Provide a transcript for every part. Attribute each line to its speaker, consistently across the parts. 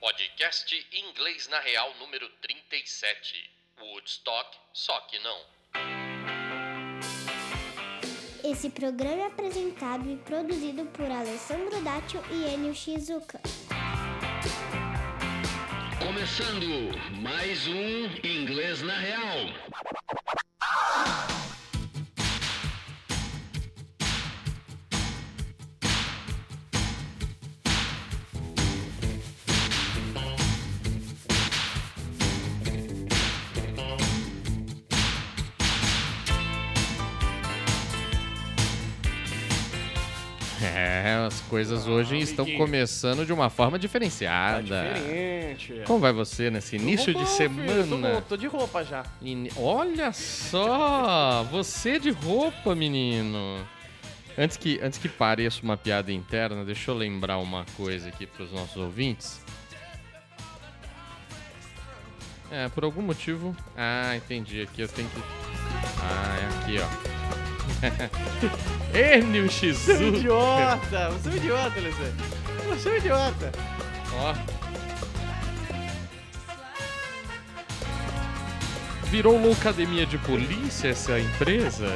Speaker 1: Podcast Inglês na Real número 37. Woodstock, só que não.
Speaker 2: Esse programa é apresentado e produzido por Alessandro Dátio e Enio Shizuka.
Speaker 3: Começando mais um Inglês na Real.
Speaker 4: É, as
Speaker 5: Ah,
Speaker 4: coisas hoje estão começando de uma forma
Speaker 5: Tá
Speaker 4: diferenciada.
Speaker 5: diferente.
Speaker 4: Como vai você nesse início
Speaker 5: Tô
Speaker 4: de
Speaker 5: bom, filho, tô bom,
Speaker 4: semana?
Speaker 5: Tô, de roupa já.
Speaker 4: In- Olha só, você é de roupa, menino. Antes que, antes que pareça uma piada interna, deixa eu lembrar uma coisa aqui para os nossos ouvintes. É, por algum motivo. Ah, entendi. Aqui eu tenho que. Ah, é aqui, ó. Enio
Speaker 5: Você é um
Speaker 4: Shizu.
Speaker 5: idiota! Você é um idiota, Alessandro. Você é um idiota.
Speaker 4: Ó. Virou uma academia de polícia essa empresa?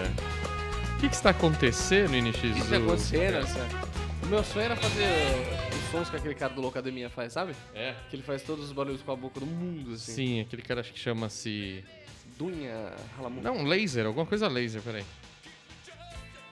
Speaker 4: O que, que está acontecendo, NX?
Speaker 5: O que tá acontecendo, Alessandro? O meu sonho era fazer uh, os sons que aquele cara do Loucademia faz, sabe?
Speaker 4: É.
Speaker 5: Que ele faz todos os barulhos com a boca do mundo, assim.
Speaker 4: Sim, aquele cara acho que chama-se.
Speaker 5: Dunha, ralamundo.
Speaker 4: Não, laser, alguma coisa laser, peraí.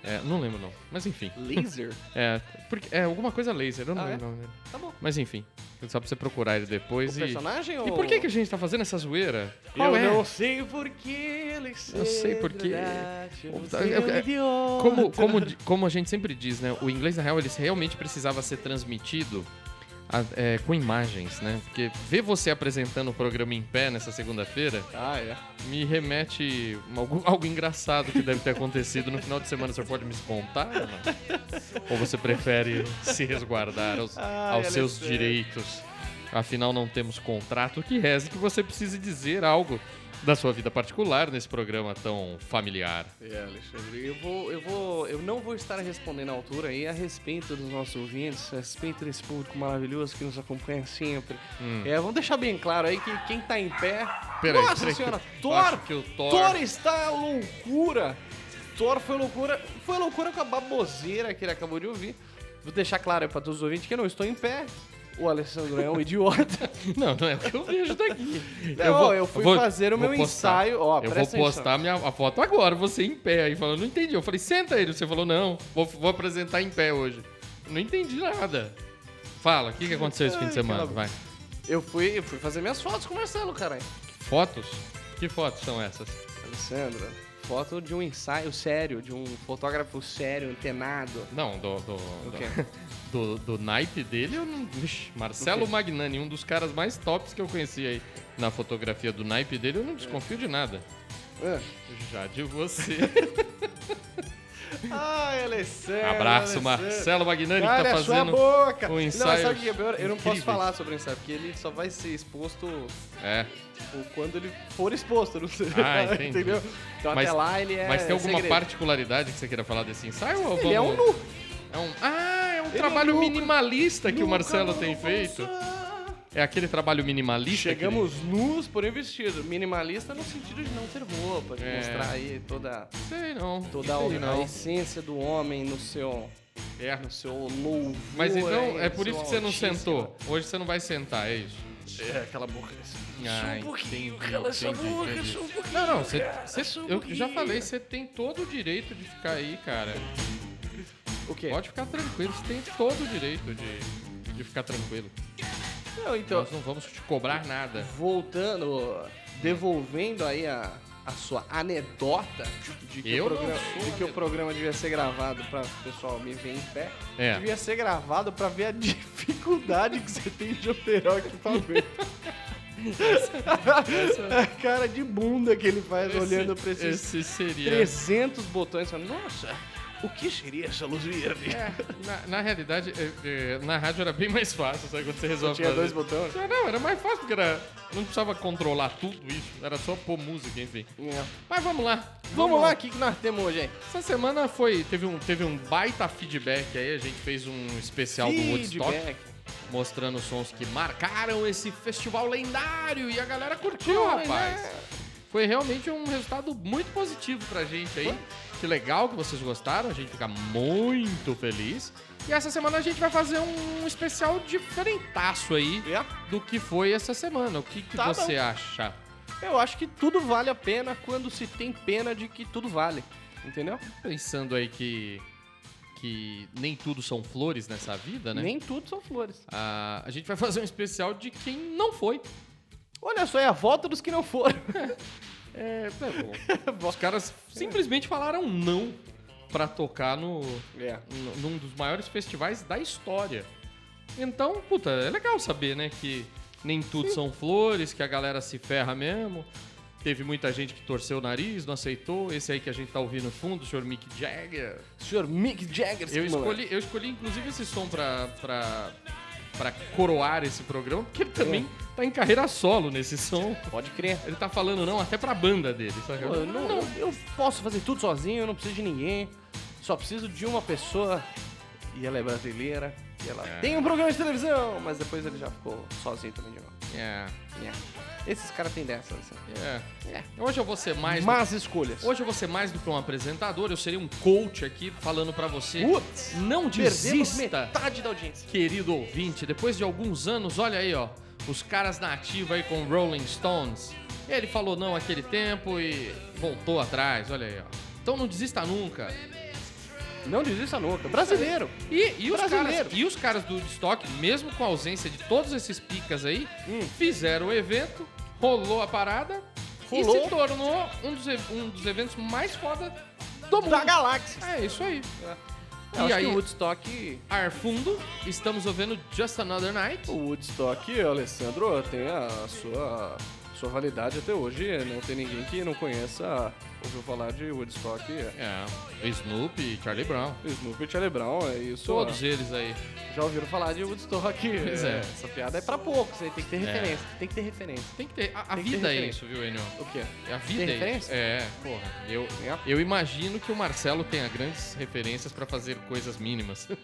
Speaker 4: É, não lembro não. Mas enfim.
Speaker 5: Laser?
Speaker 4: É, porque, é alguma coisa laser, eu não
Speaker 5: Ah,
Speaker 4: lembro
Speaker 5: é?
Speaker 4: o nome dele.
Speaker 5: Tá bom.
Speaker 4: Mas enfim, só pra você procurar ele depois
Speaker 5: O
Speaker 4: e.
Speaker 5: personagem ou...
Speaker 4: E por que, que a gente tá fazendo essa zoeira?
Speaker 5: Eu
Speaker 4: Qual é?
Speaker 5: não sei porquê, Alessandro.
Speaker 4: Eu sei por quê.
Speaker 5: Datti,
Speaker 4: Como
Speaker 5: Você
Speaker 4: tá-
Speaker 5: é um
Speaker 4: é-
Speaker 5: idiota.
Speaker 4: Como, como, di- como a gente sempre diz, né? O inglês, na real, ele realmente precisava ser transmitido a- é, com imagens, né? Porque ver você apresentando o programa em pé nessa segunda-feira
Speaker 5: Ah, é.
Speaker 4: me remete a algo, algo engraçado que deve ter acontecido no final de semana. Você pode me contar? ou não? Ou você prefere se resguardar aos,
Speaker 5: Ai,
Speaker 4: aos seus
Speaker 5: Alessandro.
Speaker 4: direitos? Afinal, não temos contrato que reze que você precise dizer algo da sua vida particular nesse programa tão familiar.
Speaker 5: É, Alexandre, eu vou, eu vou, eu não vou estar respondendo à altura aí a respeito dos nossos ouvintes, a respeito desse público maravilhoso que nos acompanha sempre. É, vamos deixar bem claro aí que quem tá em pé,
Speaker 4: Hum. Peraí,
Speaker 5: nossa
Speaker 4: peraí,
Speaker 5: senhora,
Speaker 4: que- eu
Speaker 5: Thor,
Speaker 4: acho que o Thor-
Speaker 5: Thor, está loucura. Thor foi loucura, foi loucura com a baboseira que ele acabou de ouvir. Vou deixar claro aí para todos os ouvintes que eu não estou em pé. O Alessandro é um idiota.
Speaker 4: Não, não é o que eu vejo daqui.
Speaker 5: Não, eu fui fazer o
Speaker 4: vou
Speaker 5: meu ensaio, ó,
Speaker 4: eu vou
Speaker 5: presta atenção.
Speaker 4: postar minha, a foto agora, você em pé. Aí falando, não entendi. Eu falei, senta ele. Você falou, não, vou, vou apresentar em pé hoje. Não entendi nada. Fala, o que, que aconteceu esse fim de
Speaker 5: Ai,
Speaker 4: semana?
Speaker 5: cala a
Speaker 4: Vai.
Speaker 5: Eu fui, eu fui fazer minhas fotos com o Marcelo, caralho.
Speaker 4: Fotos? Que fotos são essas?
Speaker 5: Alessandra, foto de um ensaio sério, de um fotógrafo sério, antenado.
Speaker 4: Não, do. Do,
Speaker 5: O
Speaker 4: do,
Speaker 5: quê?
Speaker 4: do, do naipe dele, eu não. Vixe, Marcelo
Speaker 5: O quê?
Speaker 4: Magnani, um dos caras mais tops que eu conheci aí na fotografia do naipe dele, eu não desconfio de nada. Já de você.
Speaker 5: Ai, Alessandro.
Speaker 4: Abraço,
Speaker 5: Alessandro.
Speaker 4: Marcelo Magnani, que
Speaker 5: Olha
Speaker 4: tá
Speaker 5: a sua
Speaker 4: fazendo.
Speaker 5: boca.
Speaker 4: um
Speaker 5: Não, mas
Speaker 4: ensaio
Speaker 5: sabe o que é pior? Eu não posso
Speaker 4: incrível.
Speaker 5: falar sobre o ensaio, porque ele só vai ser exposto tipo,
Speaker 4: É.
Speaker 5: quando ele for exposto, não sei.
Speaker 4: Ah, entendi.
Speaker 5: Entendeu? Então até lá ele é
Speaker 4: mas tem alguma
Speaker 5: segredo.
Speaker 4: particularidade que você queira falar desse ensaio? Ou
Speaker 5: Ele é um
Speaker 4: vamos-
Speaker 5: nu.
Speaker 4: É um- Ah, é um
Speaker 5: é
Speaker 4: trabalho
Speaker 5: nu,
Speaker 4: minimalista que o
Speaker 5: Nunca
Speaker 4: Marcelo
Speaker 5: vou
Speaker 4: tem feito.
Speaker 5: usar.
Speaker 4: É aquele trabalho minimalista. que ele-
Speaker 5: Chegamos nus, porém vestido. Minimalista no sentido de não ter roupa, de
Speaker 4: É.
Speaker 5: mostrar aí toda
Speaker 4: Sei não.
Speaker 5: toda a,
Speaker 4: sei
Speaker 5: a
Speaker 4: não.
Speaker 5: essência do homem no seu
Speaker 4: É.
Speaker 5: no seu louvor.
Speaker 4: Mas então,
Speaker 5: hein,
Speaker 4: é por
Speaker 5: no
Speaker 4: isso
Speaker 5: seu
Speaker 4: que você não
Speaker 5: altíssimo.
Speaker 4: sentou. Hoje você não vai sentar, é isso?
Speaker 5: É, aquela boca. assim.
Speaker 4: Ah,
Speaker 5: um pouquinho,
Speaker 4: entendi,
Speaker 5: cala essa
Speaker 4: entendi,
Speaker 5: boca,
Speaker 4: entendi.
Speaker 5: só um pouquinho,
Speaker 4: Não, não, você,
Speaker 5: cara,
Speaker 4: você-
Speaker 5: só um
Speaker 4: eu
Speaker 5: pouquinho.
Speaker 4: já falei, você tem todo o direito de ficar aí, cara.
Speaker 5: O quê?
Speaker 4: Pode ficar tranquilo, você tem todo o direito de, de ficar tranquilo.
Speaker 5: Não, então,
Speaker 4: Nós não vamos te cobrar nada.
Speaker 5: voltando, devolvendo aí a, a sua anedota de que,
Speaker 4: Eu
Speaker 5: o
Speaker 4: não
Speaker 5: programa,
Speaker 4: sou
Speaker 5: de que o
Speaker 4: anedota.
Speaker 5: programa devia ser gravado pra o pessoal me ver em pé.
Speaker 4: É.
Speaker 5: Devia ser gravado pra ver a dificuldade que você tem de operar o equipamento. a cara de bunda que ele faz olhando pra esses
Speaker 4: Esse seria.
Speaker 5: 300 botões. Fala, Nossa, o que seria essa luz verde?
Speaker 4: É, na, na realidade, é, é, na rádio era bem mais fácil, sabe? Quando você resolve
Speaker 5: Tinha
Speaker 4: fazer.
Speaker 5: dois botões.
Speaker 4: Ah, Não, era mais fácil, porque era, não precisava controlar tudo isso. Era só pôr música, enfim. Mas vamos lá.
Speaker 5: Vamos lá, o que, que nós temos hoje, hein?
Speaker 4: Essa semana foi, teve, um, teve um baita feedback aí. A gente fez um especial do Woodstock.
Speaker 5: Feedback.
Speaker 4: mostrando sons que marcaram esse festival lendário e a galera curtiu,
Speaker 5: né?
Speaker 4: rapaz. Foi realmente um resultado muito positivo pra gente aí. Que legal que vocês gostaram, a gente fica muito feliz. E essa semana a gente vai fazer um especial diferentaço aí
Speaker 5: É.
Speaker 4: do que foi essa semana. O que, que
Speaker 5: Tá
Speaker 4: você acha?
Speaker 5: é, Eu acho que tudo vale a pena quando se tem pena de que tudo vale. Entendeu?
Speaker 4: Pensando aí que, que nem tudo são flores nessa vida, né?
Speaker 5: Nem tudo são flores.
Speaker 4: Ah, a gente vai fazer um especial de quem não foi.
Speaker 5: Olha só, é a volta dos que não foram.
Speaker 4: É, Os caras simplesmente falaram não pra tocar no,
Speaker 5: É.
Speaker 4: n- num dos maiores festivais da história. Então, puta, é legal saber, né, que nem tudo são flores, que a galera se ferra mesmo. Teve muita gente que torceu o nariz, não aceitou. Esse aí que a gente tá ouvindo no fundo, o Sr. Mick Jagger.
Speaker 5: Senhor Mick Jagger,
Speaker 4: Eu
Speaker 5: esse moleque.
Speaker 4: escolhi, eu escolhi inclusive esse som pra, pra, pra coroar esse programa, porque ele
Speaker 5: É.
Speaker 4: também tá em carreira solo nesse som.
Speaker 5: Pode crer.
Speaker 4: Ele tá falando não até pra banda dele, sabe?
Speaker 5: Pô, eu, não,
Speaker 4: Não,
Speaker 5: eu posso fazer tudo sozinho, eu não preciso de ninguém. Só preciso de uma pessoa. E ela é brasileira. E ela
Speaker 4: É.
Speaker 5: tem um programa de televisão. Mas depois ele já ficou sozinho também de novo.
Speaker 4: É,
Speaker 5: É. Esses caras têm dessas. assim.
Speaker 4: é. Hoje eu vou ser mais. do-
Speaker 5: Más escolhas.
Speaker 4: Hoje eu vou ser mais do que um apresentador, eu serei um coach aqui falando pra você.
Speaker 5: Putz,
Speaker 4: não
Speaker 5: Perdemos
Speaker 4: desista,
Speaker 5: metade da audiência.
Speaker 4: querido ouvinte. Depois de alguns anos, olha aí, ó. Os caras na ativa aí com Rolling Stones. Ele falou não aquele tempo e voltou atrás, olha aí, ó. Então não desista nunca.
Speaker 5: Não desista nunca. Brasileiro.
Speaker 4: E, e os
Speaker 5: Brasileiro.
Speaker 4: caras, e os caras do estoque, mesmo com a ausência de todos esses picas aí,
Speaker 5: Hum.
Speaker 4: fizeram o evento, rolou a parada e
Speaker 5: Rolou.
Speaker 4: se tornou um dos, e- um dos eventos mais foda do mundo.
Speaker 5: Da galáxia.
Speaker 4: É isso aí.
Speaker 5: Eu
Speaker 4: E
Speaker 5: acho
Speaker 4: aí?
Speaker 5: que o Woodstock...
Speaker 4: Ar fundo, estamos ouvindo Just Another Night.
Speaker 5: O Woodstock, Alessandro, tem a sua, sua validade até hoje. Não tem ninguém que não conheça, ouviu falar de Woodstock.
Speaker 4: É, Snoop e Charlie Brown.
Speaker 5: Snoop e Charlie Brown, é isso.
Speaker 4: Todos eles aí.
Speaker 5: Já ouviram falar de Woodstock.
Speaker 4: Pois é.
Speaker 5: Essa piada é pra poucos, aí tem que ter
Speaker 4: É.
Speaker 5: referência. Tem que ter referência.
Speaker 4: Tem que ter. A, a
Speaker 5: Tem que ter
Speaker 4: vida é
Speaker 5: referência.
Speaker 4: isso, viu, Enio?
Speaker 5: O quê?
Speaker 4: A vida
Speaker 5: Tem
Speaker 4: é isso.
Speaker 5: referência? É
Speaker 4: É, porra. Eu, eu imagino que o Marcelo tenha grandes referências pra fazer coisas mínimas.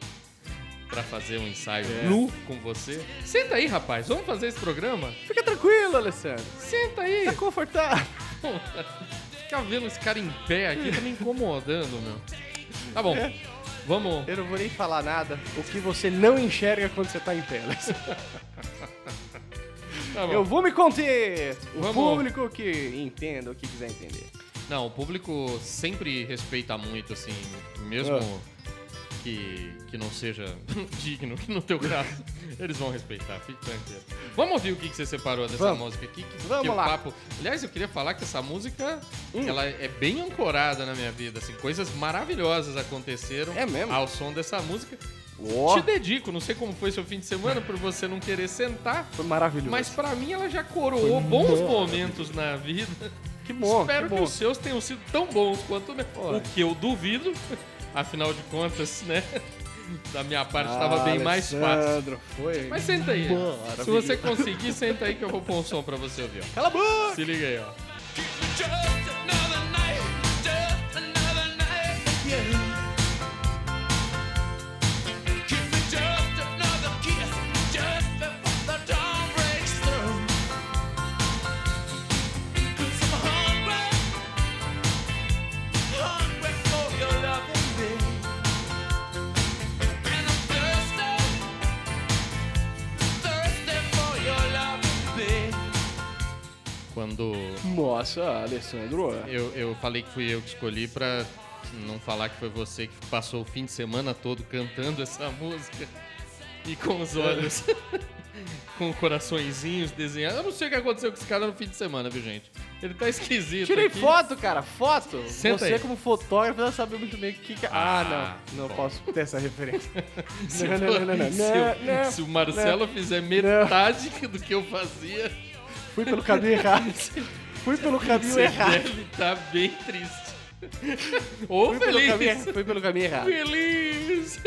Speaker 4: Pra fazer um ensaio
Speaker 5: É.
Speaker 4: nu com você. Senta aí, rapaz. Vamos fazer esse programa?
Speaker 5: Fica tranquilo, Alessandro.
Speaker 4: Senta aí.
Speaker 5: Tá confortável.
Speaker 4: Fica vendo esse cara em pé aqui tá me incomodando, meu. Tá bom.
Speaker 5: É.
Speaker 4: Vamos.
Speaker 5: Eu não vou nem falar nada. O que você não enxerga quando você tá em pé, Alessandro.
Speaker 4: Tá bom.
Speaker 5: Eu vou me conter. O
Speaker 4: Vamos.
Speaker 5: público que entenda o que quiser entender.
Speaker 4: Não, o público sempre respeita muito, assim, mesmo
Speaker 5: Ah.
Speaker 4: que, que não seja digno, que no teu caso, eles vão respeitar, fique tranquilo. Vamos ouvir o que, que você separou dessa
Speaker 5: Vamos.
Speaker 4: música aqui, que,
Speaker 5: Vamos
Speaker 4: que o
Speaker 5: lá. Hum.
Speaker 4: papo... Aliás, eu queria falar que essa música, ela é bem ancorada na minha vida, assim, coisas maravilhosas aconteceram
Speaker 5: É mesmo?
Speaker 4: ao som dessa música.
Speaker 5: Ó,
Speaker 4: Ah, Te dedico, não sei como foi seu fim de semana, por você não querer sentar,
Speaker 5: Foi maravilhoso. Hum.
Speaker 4: mas pra mim ela já coroou bons momentos na vida.
Speaker 5: que bom,
Speaker 4: Espero que,
Speaker 5: que bom.
Speaker 4: os seus tenham sido tão bons quanto o meu.
Speaker 5: Olha.
Speaker 4: O que eu duvido, afinal de contas, né? Da minha parte estava bem mais fácil.
Speaker 5: Alessandro, foi.
Speaker 4: Mas senta aí.
Speaker 5: Bora,
Speaker 4: Se você conseguir, senta aí que eu vou pôr um som pra você ouvir. ó.
Speaker 5: Cala a boca!
Speaker 4: Se liga aí, ó. Quando
Speaker 5: Nossa, Alessandro.
Speaker 4: eu, eu falei que fui eu que escolhi pra não falar que foi você que passou o fim de semana todo cantando essa música e com os olhos, com coraçõezinhos desenhando. Eu não sei o que aconteceu com esse cara no fim de semana, viu, gente? Ele tá esquisito.
Speaker 5: Tirei
Speaker 4: aqui.
Speaker 5: foto, cara, foto.
Speaker 4: Senta
Speaker 5: Você,
Speaker 4: aí.
Speaker 5: como fotógrafo, já sabe muito bem o que. que... Ah,
Speaker 4: Ah,
Speaker 5: não.
Speaker 4: bom.
Speaker 5: Não posso ter essa referência.
Speaker 4: Se,
Speaker 5: Não, não,
Speaker 4: for-
Speaker 5: não, não, não.
Speaker 4: se
Speaker 5: Não,
Speaker 4: eu-
Speaker 5: não,
Speaker 4: se o Marcelo fizer metade do que eu fazia,
Speaker 5: Fui pelo caminho errado. Fui pelo caminho
Speaker 4: você
Speaker 5: errado.
Speaker 4: deve estar bem triste. Ou
Speaker 5: Fui pelo,
Speaker 4: feliz.
Speaker 5: caminho, fui pelo caminho errado.
Speaker 4: Feliz.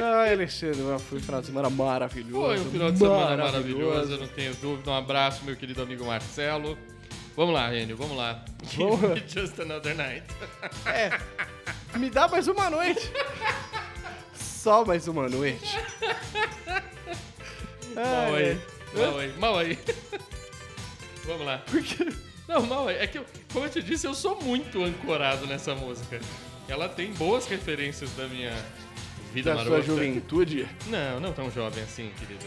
Speaker 5: Ai, Alexandre, foi um final de semana maravilhoso.
Speaker 4: Foi um final de semana maravilhoso, eu não tenho dúvida. Um abraço, meu querido amigo Marcelo. Vamos lá, Renio, vamos lá.
Speaker 5: Boa.
Speaker 4: Just another night.
Speaker 5: É, Me dá mais uma noite. Só mais uma noite.
Speaker 4: Mal
Speaker 5: Ai, é.
Speaker 4: aí. Mal aí. Mal aí. Vamos lá. Não, mal aí. É que, eu- como eu te disse, eu sou muito ancorado nessa música. Ela tem boas referências da minha vida
Speaker 5: Da sua
Speaker 4: marota.
Speaker 5: juventude.
Speaker 4: Não, não tão jovem assim, querido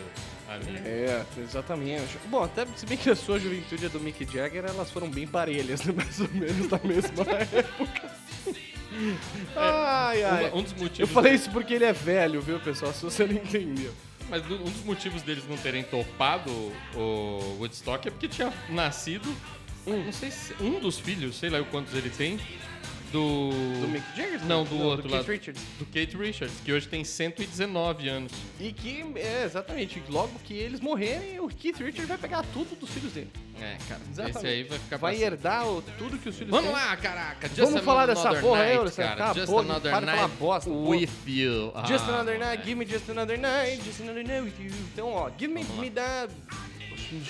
Speaker 4: amigo.
Speaker 5: É, exatamente. Bom, até se bem que a sua juventude é do Mick Jagger, elas foram bem parelhas, né? mais ou menos da mesma época. Ai, ai.
Speaker 4: É, Uma- um dos motivos...
Speaker 5: Eu falei isso porque ele é velho, viu, pessoal? Se você não entendeu.
Speaker 4: Mas um dos motivos deles não terem topado o Woodstock é porque tinha nascido um, não sei se, um dos filhos, sei lá quantos ele tem, do.
Speaker 5: Do Mick Jagger?
Speaker 4: Não, do outro
Speaker 5: Keith
Speaker 4: lado.
Speaker 5: Richards.
Speaker 4: do Kate Richards, que hoje tem 119 anos.
Speaker 5: E que, é, exatamente, logo que eles morrerem, o Keith Richards vai pegar tudo dos filhos dele.
Speaker 4: É, cara,
Speaker 5: Exatamente.
Speaker 4: esse aí vai ficar
Speaker 5: Vai
Speaker 4: pra sempre.
Speaker 5: herdar o- tudo que os filhos
Speaker 4: Vamos
Speaker 5: têm.
Speaker 4: lá, caraca. Just
Speaker 5: Vamos falar dessa
Speaker 4: another
Speaker 5: porra aí,
Speaker 4: night,
Speaker 5: Ursula.
Speaker 4: cara.
Speaker 5: Acabou,
Speaker 4: Just
Speaker 5: não
Speaker 4: another
Speaker 5: para de falar
Speaker 4: night
Speaker 5: bosta,
Speaker 4: with you.
Speaker 5: Just
Speaker 4: Ah,
Speaker 5: another night,
Speaker 4: moleque.
Speaker 5: give me just another night, just another night with you. Então, ó, give me, me dá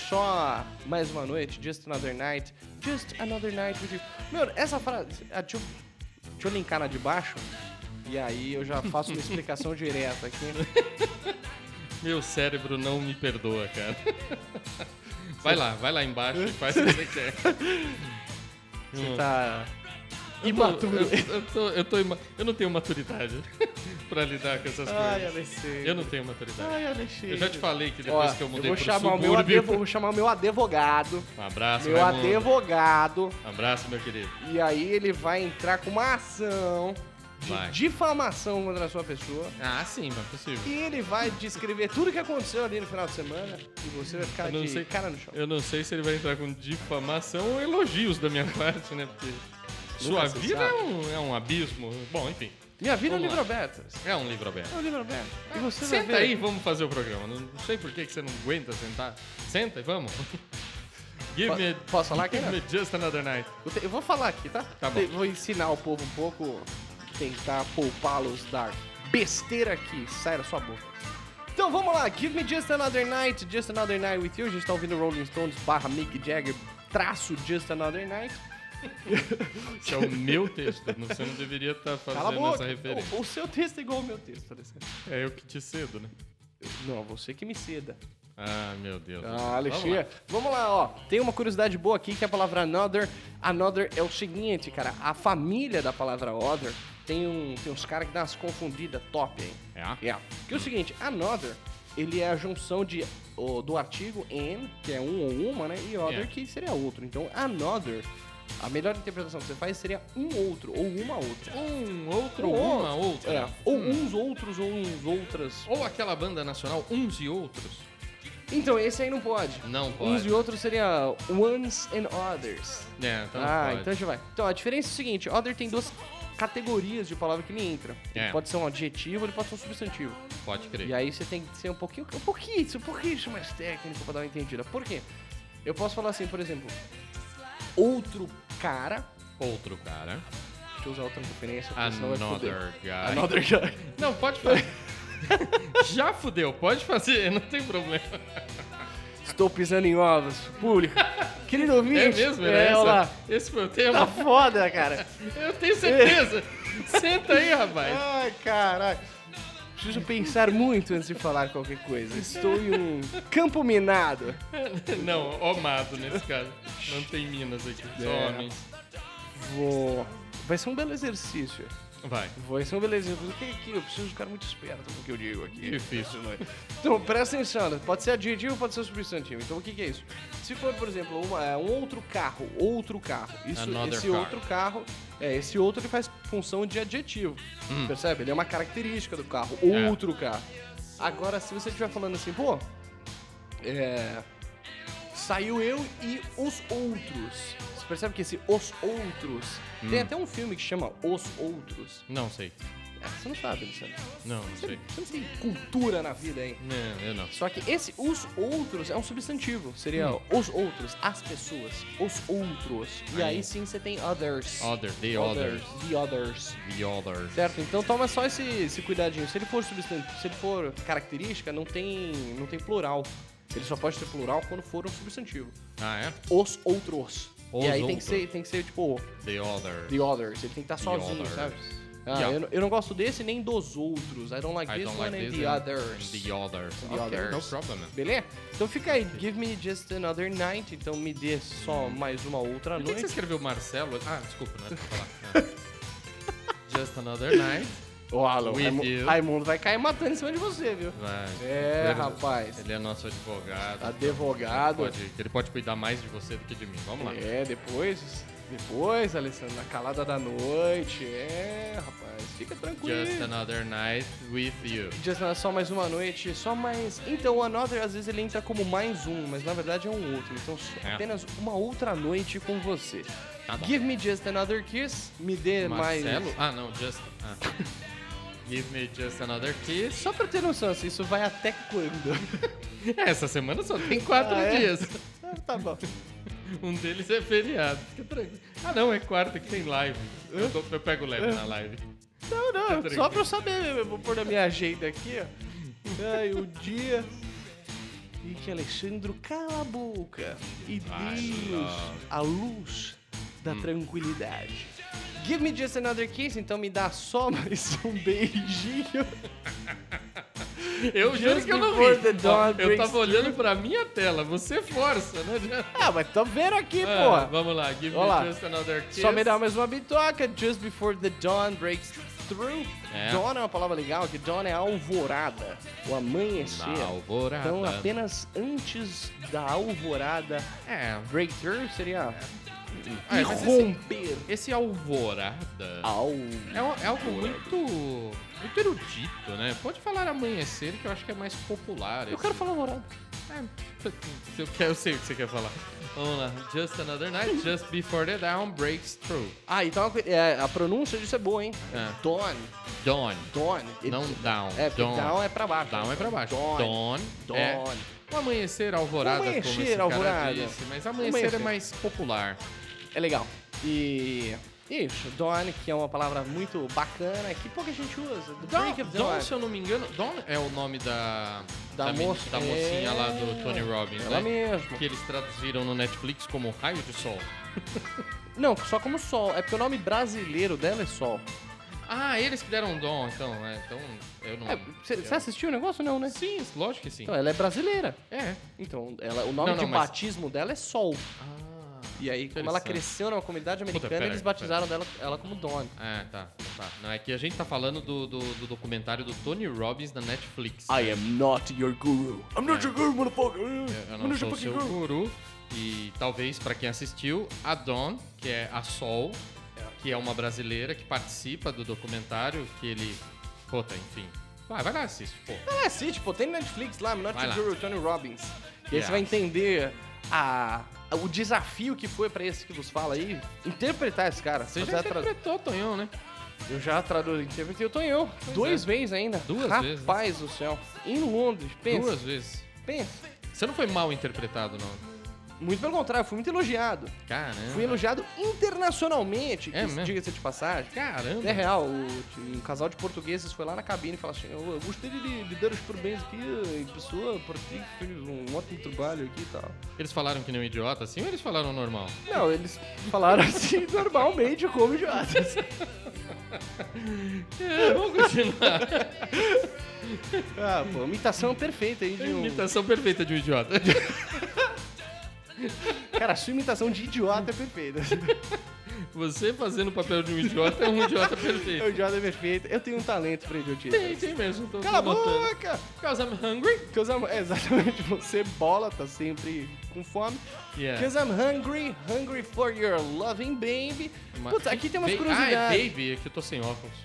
Speaker 5: só mais uma noite, just another night, just another night with you. Meu, essa frase, ah, deixa, eu, deixa eu linkar na de baixo, e aí eu já faço uma explicação direta aqui.
Speaker 4: Meu cérebro não me perdoa, cara. Vai lá, vai lá embaixo e faz o que você quer.
Speaker 5: Você tá
Speaker 4: Eu,
Speaker 5: imaturo.
Speaker 4: eu, tô, eu, tô ima- eu não tenho maturidade pra lidar com essas
Speaker 5: Ai,
Speaker 4: coisas.
Speaker 5: Alexandre.
Speaker 4: Eu não tenho maturidade.
Speaker 5: Ai, Alexandre.
Speaker 4: Eu já te falei que
Speaker 5: Ó,
Speaker 4: depois que eu mudei
Speaker 5: vou
Speaker 4: pro
Speaker 5: chamar o
Speaker 4: subúrbio...
Speaker 5: meu advo- vou chamar o meu advogado,
Speaker 4: Um abraço,
Speaker 5: meu
Speaker 4: Raimundo.
Speaker 5: advogado,
Speaker 4: Um abraço, meu querido.
Speaker 5: E aí ele vai entrar com uma ação de
Speaker 4: Vai.
Speaker 5: difamação contra a sua pessoa.
Speaker 4: Ah, sim, mas possível.
Speaker 5: E ele vai descrever tudo o que aconteceu ali no final de semana. E você vai ficar
Speaker 4: Eu não
Speaker 5: de
Speaker 4: sei-
Speaker 5: cara no chão.
Speaker 4: Eu não sei se ele vai entrar com difamação ou elogios da minha parte, né? Porque sua
Speaker 5: se
Speaker 4: vida
Speaker 5: sabe.
Speaker 4: é um, é um abismo. Bom, enfim,
Speaker 5: Minha vida é um
Speaker 4: Vamos
Speaker 5: livro aberto.
Speaker 4: é um livro aberto.
Speaker 5: É um livro aberto. E você vai ver.
Speaker 4: Senta aí, vamos fazer o programa. Não, não sei por que que você não aguenta sentar. Senta e vamos. Give
Speaker 5: Po-
Speaker 4: me,
Speaker 5: posso falar, né?
Speaker 4: give
Speaker 5: cara?
Speaker 4: me just another night.
Speaker 5: Eu, te- eu vou falar aqui, tá?
Speaker 4: Tá bom.
Speaker 5: Eu Vou ensinar o povo um pouco, tentar poupá-los da besteira que sai da sua boca. Então vamos lá, Give Me Just Another Night, Just Another Night With You. A gente tá ouvindo Rolling Stones barra Mick Jagger traço Just Another Night.
Speaker 4: Esse é o meu texto. não- Você não deveria estar
Speaker 5: Cala a
Speaker 4: fazendo essa
Speaker 5: boca.
Speaker 4: referência.
Speaker 5: O, o seu texto é igual ao meu texto, Alexandre.
Speaker 4: É eu que te cedo, né?
Speaker 5: Não, é você que me ceda.
Speaker 4: Ah, meu Deus.
Speaker 5: Ah,
Speaker 4: Vamos lá.
Speaker 5: Alexia. Vamos lá. ó. Tem uma curiosidade boa aqui que a palavra another. Another é o seguinte, cara. A família da palavra other tem, um, tem uns caras que dão umas confundidas top, hein?
Speaker 4: É?
Speaker 5: É. Que é o seguinte, another, ele é a junção de, o- do artigo an, que é um ou uma, né? E other,
Speaker 4: É.
Speaker 5: que seria outro. Então, another, a melhor interpretação que você faz seria um outro, ou uma outra.
Speaker 4: Um, outro,
Speaker 5: Um
Speaker 4: uma, outra. Hum.
Speaker 5: É, ou uns outros, ou uns outras.
Speaker 4: Ou aquela banda nacional, uns e outros.
Speaker 5: Então, esse aí não pode.
Speaker 4: Não
Speaker 5: Uns
Speaker 4: pode.
Speaker 5: e outros seria ones and others.
Speaker 4: É, então não
Speaker 5: ah,
Speaker 4: pode.
Speaker 5: então a gente vai. Então, a diferença é o seguinte, other tem duas categorias de palavra que ele entra. Ele
Speaker 4: É.
Speaker 5: pode ser um adjetivo, ele pode ser um substantivo.
Speaker 4: Pode crer.
Speaker 5: E aí você tem que ser um pouquinho, um pouquinho, um pouquinho mais técnico pra dar uma entendida. Por quê? Eu posso falar assim, por exemplo, outro cara,
Speaker 4: Outro cara.
Speaker 5: deixa eu usar outra referência, porque senão vai foder.
Speaker 4: Another guy.
Speaker 5: Another guy.
Speaker 4: Não, pode fazer. Já fudeu, pode fazer, não tem problema.
Speaker 5: Estou pisando em ovos, público. Querido ouvinte,
Speaker 4: É mesmo? Era
Speaker 5: é,
Speaker 4: essa?
Speaker 5: olha lá.
Speaker 4: Esse foi o
Speaker 5: Tá
Speaker 4: tema?
Speaker 5: foda, cara.
Speaker 4: Eu tenho certeza. Senta aí, rapaz.
Speaker 5: Ai, caralho. Preciso pensar muito antes de falar qualquer coisa. Estou em um campo minado.
Speaker 4: Não, homado nesse caso. Não tem minas aqui, só
Speaker 5: É.
Speaker 4: homens.
Speaker 5: Vou. Vai ser um belo exercício.
Speaker 4: Vai.
Speaker 5: Vai ser um belo exercício. O que é que eu preciso ficar muito esperto no que eu digo aqui?
Speaker 4: Difícil.
Speaker 5: Então, presta atenção. Pode ser adjetivo, pode ser substantivo. Então, o que, que é isso? Se for, por exemplo, uma- é, um outro carro, outro carro. Isso,
Speaker 4: Another
Speaker 5: esse
Speaker 4: car.
Speaker 5: outro carro, é, esse outro ele faz função de adjetivo. Percebe? Ele é uma característica do carro,
Speaker 4: Hum. É.
Speaker 5: outro carro. Agora, se você estiver falando assim, pô, é, saiu eu e os outros. Você percebe que esse os outros
Speaker 4: Hum.
Speaker 5: tem até um filme que chama Os Outros.
Speaker 4: Não sei.
Speaker 5: Ah, você não sabe, Alexandre.
Speaker 4: Não, não
Speaker 5: Você,
Speaker 4: sei.
Speaker 5: você não tem cultura na vida, hein?
Speaker 4: Não, eu não.
Speaker 5: Só que esse os outros é um substantivo. Seria
Speaker 4: Hum.
Speaker 5: os outros, as pessoas, os outros. E aí,
Speaker 4: Aí.
Speaker 5: sim você tem others.
Speaker 4: Other, the others.
Speaker 5: The others.
Speaker 4: The others.
Speaker 5: Certo? Então toma só esse, esse cuidadinho. Se ele for substantivo, se ele for característica, não tem, não tem plural. Ele só pode ter plural quando for um substantivo.
Speaker 4: Ah, é?
Speaker 5: Os outros.
Speaker 4: Os
Speaker 5: e aí tem que
Speaker 4: outros.
Speaker 5: ser, tem que ser tipo
Speaker 4: The others.
Speaker 5: the others. Ele tem que estar
Speaker 4: The
Speaker 5: sozinho,
Speaker 4: others.
Speaker 5: sabe? Ah,
Speaker 4: Yeah.
Speaker 5: eu, não- eu não gosto desse nem dos outros. I don't like
Speaker 4: I
Speaker 5: this
Speaker 4: don't
Speaker 5: one
Speaker 4: like
Speaker 5: and
Speaker 4: this
Speaker 5: the
Speaker 4: and-
Speaker 5: others.
Speaker 4: and the others.
Speaker 5: The
Speaker 4: Ok,
Speaker 5: others.
Speaker 4: no problem. né? man.
Speaker 5: Beleza? Então fica aí. Give me just another night. Então me dê só mais uma outra
Speaker 4: Por que que você
Speaker 5: noite.
Speaker 4: escreveu Marcelo? Ah, desculpa, não é pra falar. Ah. Just another night.
Speaker 5: Ô, Alan,
Speaker 4: With
Speaker 5: Raimu-
Speaker 4: you.
Speaker 5: Raimundo vai cair matando em cima de você, viu?
Speaker 4: Vai.
Speaker 5: É,
Speaker 4: Ele-
Speaker 5: rapaz. Tá
Speaker 4: Ele é nosso advogado.
Speaker 5: Advogado.
Speaker 4: Pode, ele pode cuidar mais de você do que de mim. Vamos lá.
Speaker 5: É, depois. Depois, Alessandro, na calada da noite. É, rapaz. Fica tranquilo.
Speaker 4: Just another night with you.
Speaker 5: Just Another, só mais uma noite, só mais. Então, o Another às vezes ele entra como mais um, mas na verdade é um outro. Então, só
Speaker 4: É.
Speaker 5: apenas uma outra noite com você.
Speaker 4: Tá bom.
Speaker 5: Give me just another kiss, me dê
Speaker 4: Marcelo?
Speaker 5: É mais.
Speaker 4: Ah, não, just. ah. Give me just another kiss.
Speaker 5: Só pra ter noção, assim, isso vai até quando?
Speaker 4: É, Essa semana só tem quatro
Speaker 5: Ah, é?
Speaker 4: dias.
Speaker 5: Ah, tá bom.
Speaker 4: Um deles é feriado. Fica tranquilo. Ah, não, é quarta que tem live. Eu, dou- eu pego
Speaker 5: É.
Speaker 4: leve na live.
Speaker 5: Não, não,
Speaker 4: Tá
Speaker 5: só pra eu saber mesmo. Eu vou pôr na minha agenda aqui, ó. Ai, o dia em que Alexandro cala a boca e
Speaker 4: Ai, Hum.
Speaker 5: Deus
Speaker 4: love.
Speaker 5: a luz da tranquilidade. Give me just another kiss, então me dá só mais um beijinho.
Speaker 4: Eu juro
Speaker 5: Just
Speaker 4: que eu não
Speaker 5: before
Speaker 4: vi.
Speaker 5: the dawn
Speaker 4: Ó, eu
Speaker 5: breaks
Speaker 4: tava olhando pra minha tela. Você força, né?
Speaker 5: Ah, mas tô vendo aqui,
Speaker 4: Ah,
Speaker 5: pô.
Speaker 4: vamos lá, give
Speaker 5: Olha lá.
Speaker 4: me just another kiss.
Speaker 5: Só me dá mais uma bitoca, just before the dawn breaks through.
Speaker 4: É.
Speaker 5: Dawn é uma palavra legal, que dawn é alvorada, o amanhecer.
Speaker 4: Na alvorada.
Speaker 5: Então, apenas antes da alvorada,
Speaker 4: É.
Speaker 5: breakthrough seria
Speaker 4: Ah, mas esse,
Speaker 5: irromper.
Speaker 4: esse alvorada
Speaker 5: Au.
Speaker 4: é, um- é algo muito, muito erudito, né? Pode falar amanhecer, que eu acho que é mais popular.
Speaker 5: Eu quero falar alvorada.
Speaker 4: É, eu, quero, eu sei o que você quer falar. Vamos lá. Just another night, just before the dawn breaks through.
Speaker 5: Ah, então a, co- é, a pronúncia disso é boa, hein?
Speaker 4: É.
Speaker 5: Dawn,
Speaker 4: Dawn.
Speaker 5: dawn. It-
Speaker 4: Não down.
Speaker 5: É, porque
Speaker 4: dawn.
Speaker 5: down é pra baixo.
Speaker 4: Down é pra baixo.
Speaker 5: Dawn.
Speaker 4: Dawn. é
Speaker 5: Dawn.
Speaker 4: o amanhecer alvorada, como
Speaker 5: Amanhecer,
Speaker 4: esse cara
Speaker 5: alvorada.
Speaker 4: disse. Mas amanhecer,
Speaker 5: Amanhecer.
Speaker 4: é mais popular.
Speaker 5: É legal. E... Isso, dawn, que é uma palavra muito bacana, que pouca gente usa. The
Speaker 4: Dawn,
Speaker 5: break of
Speaker 4: Dawn,
Speaker 5: dawn.
Speaker 4: se eu não me engano, Dawn é o nome da
Speaker 5: Da
Speaker 4: meni-
Speaker 5: moça-
Speaker 4: da mocinha
Speaker 5: é,
Speaker 4: lá do Tony Robbins,
Speaker 5: Ela
Speaker 4: né?
Speaker 5: mesmo.
Speaker 4: Que eles traduziram no Netflix como Raio de Sol.
Speaker 5: Não, só como sol. É porque o nome brasileiro dela é sol.
Speaker 4: Ah, eles que deram Dawn, então, né? Então, eu não.
Speaker 5: É, Você assistiu o negócio? Não, né?
Speaker 4: Sim, lógico que sim.
Speaker 5: Então, ela é brasileira.
Speaker 4: É.
Speaker 5: Então, ela, o nome
Speaker 4: Não, não,
Speaker 5: de
Speaker 4: mas-
Speaker 5: batismo dela é Sol.
Speaker 4: Ah.
Speaker 5: E aí, como ela
Speaker 4: Interessante.
Speaker 5: cresceu numa comunidade americana,
Speaker 4: pera aí,
Speaker 5: eles batizaram dela, ela como Dawn.
Speaker 4: Ah, tá, tá. Não, é que a gente tá falando do, do, do documentário do Tony Robbins na Netflix.
Speaker 5: I am not your guru. I'm not your guru, motherfucker.
Speaker 4: Eu- Eu
Speaker 5: I'm
Speaker 4: não
Speaker 5: not
Speaker 4: sou
Speaker 5: your
Speaker 4: É, o
Speaker 5: fucking
Speaker 4: seu
Speaker 5: guru.
Speaker 4: guru. E talvez, pra quem assistiu, a Dawn, que é a Sol, que é uma brasileira que participa do documentário, que ele... Puta, enfim. Vai, vai lá, assiste, pô.
Speaker 5: Ela assiste, pô, é, tipo, tem Netflix lá, I'm not
Speaker 4: Vai
Speaker 5: your
Speaker 4: lá.
Speaker 5: guru, Tony Robbins. E aí
Speaker 4: Yeah.
Speaker 5: você vai entender a, a- o desafio que foi pra esse que vos fala aí, interpretar esse cara.
Speaker 4: Você
Speaker 5: Fazer
Speaker 4: já
Speaker 5: a é tra-
Speaker 4: interpretou, Tonhão, né?
Speaker 5: Eu já traduzi, interpretei o Tonhão. é. Duas vezes ainda.
Speaker 4: Duas
Speaker 5: Rapaz
Speaker 4: vezes, né?
Speaker 5: Rapaz do céu. Em Londres, pensa.
Speaker 4: Duas vezes.
Speaker 5: Pensa.
Speaker 4: Você não foi mal interpretado, não.
Speaker 5: Muito pelo contrário, fui muito elogiado.
Speaker 4: Caramba.
Speaker 5: Fui elogiado internacionalmente,
Speaker 4: É
Speaker 5: que se-
Speaker 4: mesmo?
Speaker 5: diga-se de passagem.
Speaker 4: Caramba.
Speaker 5: É real, o- um casal de portugueses foi lá na cabine e falou assim: Eu eu gostaria de, de dar os parabéns aqui em pessoa, por ti, que fez um ótimo trabalho aqui e tal.
Speaker 4: Eles falaram que nem um idiota assim ou eles falaram normal?
Speaker 5: Não, eles falaram assim normalmente, como idiotas.
Speaker 4: É, vamos continuar.
Speaker 5: Ah, pô, imitação perfeita aí de um.
Speaker 4: Imitação perfeita de um idiota.
Speaker 5: Cara, a sua imitação de idiota é perfeita.
Speaker 4: Você fazendo o papel de um idiota é um idiota perfeito.
Speaker 5: O idiota é perfeito. Eu tenho um talento pra idiotice.
Speaker 4: Tem, tem mesmo. Tô,
Speaker 5: Cala a
Speaker 4: tô botando.
Speaker 5: boca!
Speaker 4: Because I'm hungry.
Speaker 5: Because I'm, é, exatamente, você bola, tá sempre com fome.
Speaker 4: Yeah.
Speaker 5: Because I'm hungry, hungry for your loving baby.
Speaker 4: Ma-
Speaker 5: Putz, aqui tem umas
Speaker 4: Ba- Ah, é
Speaker 5: curiosidades.
Speaker 4: baby, é que eu tô sem óculos.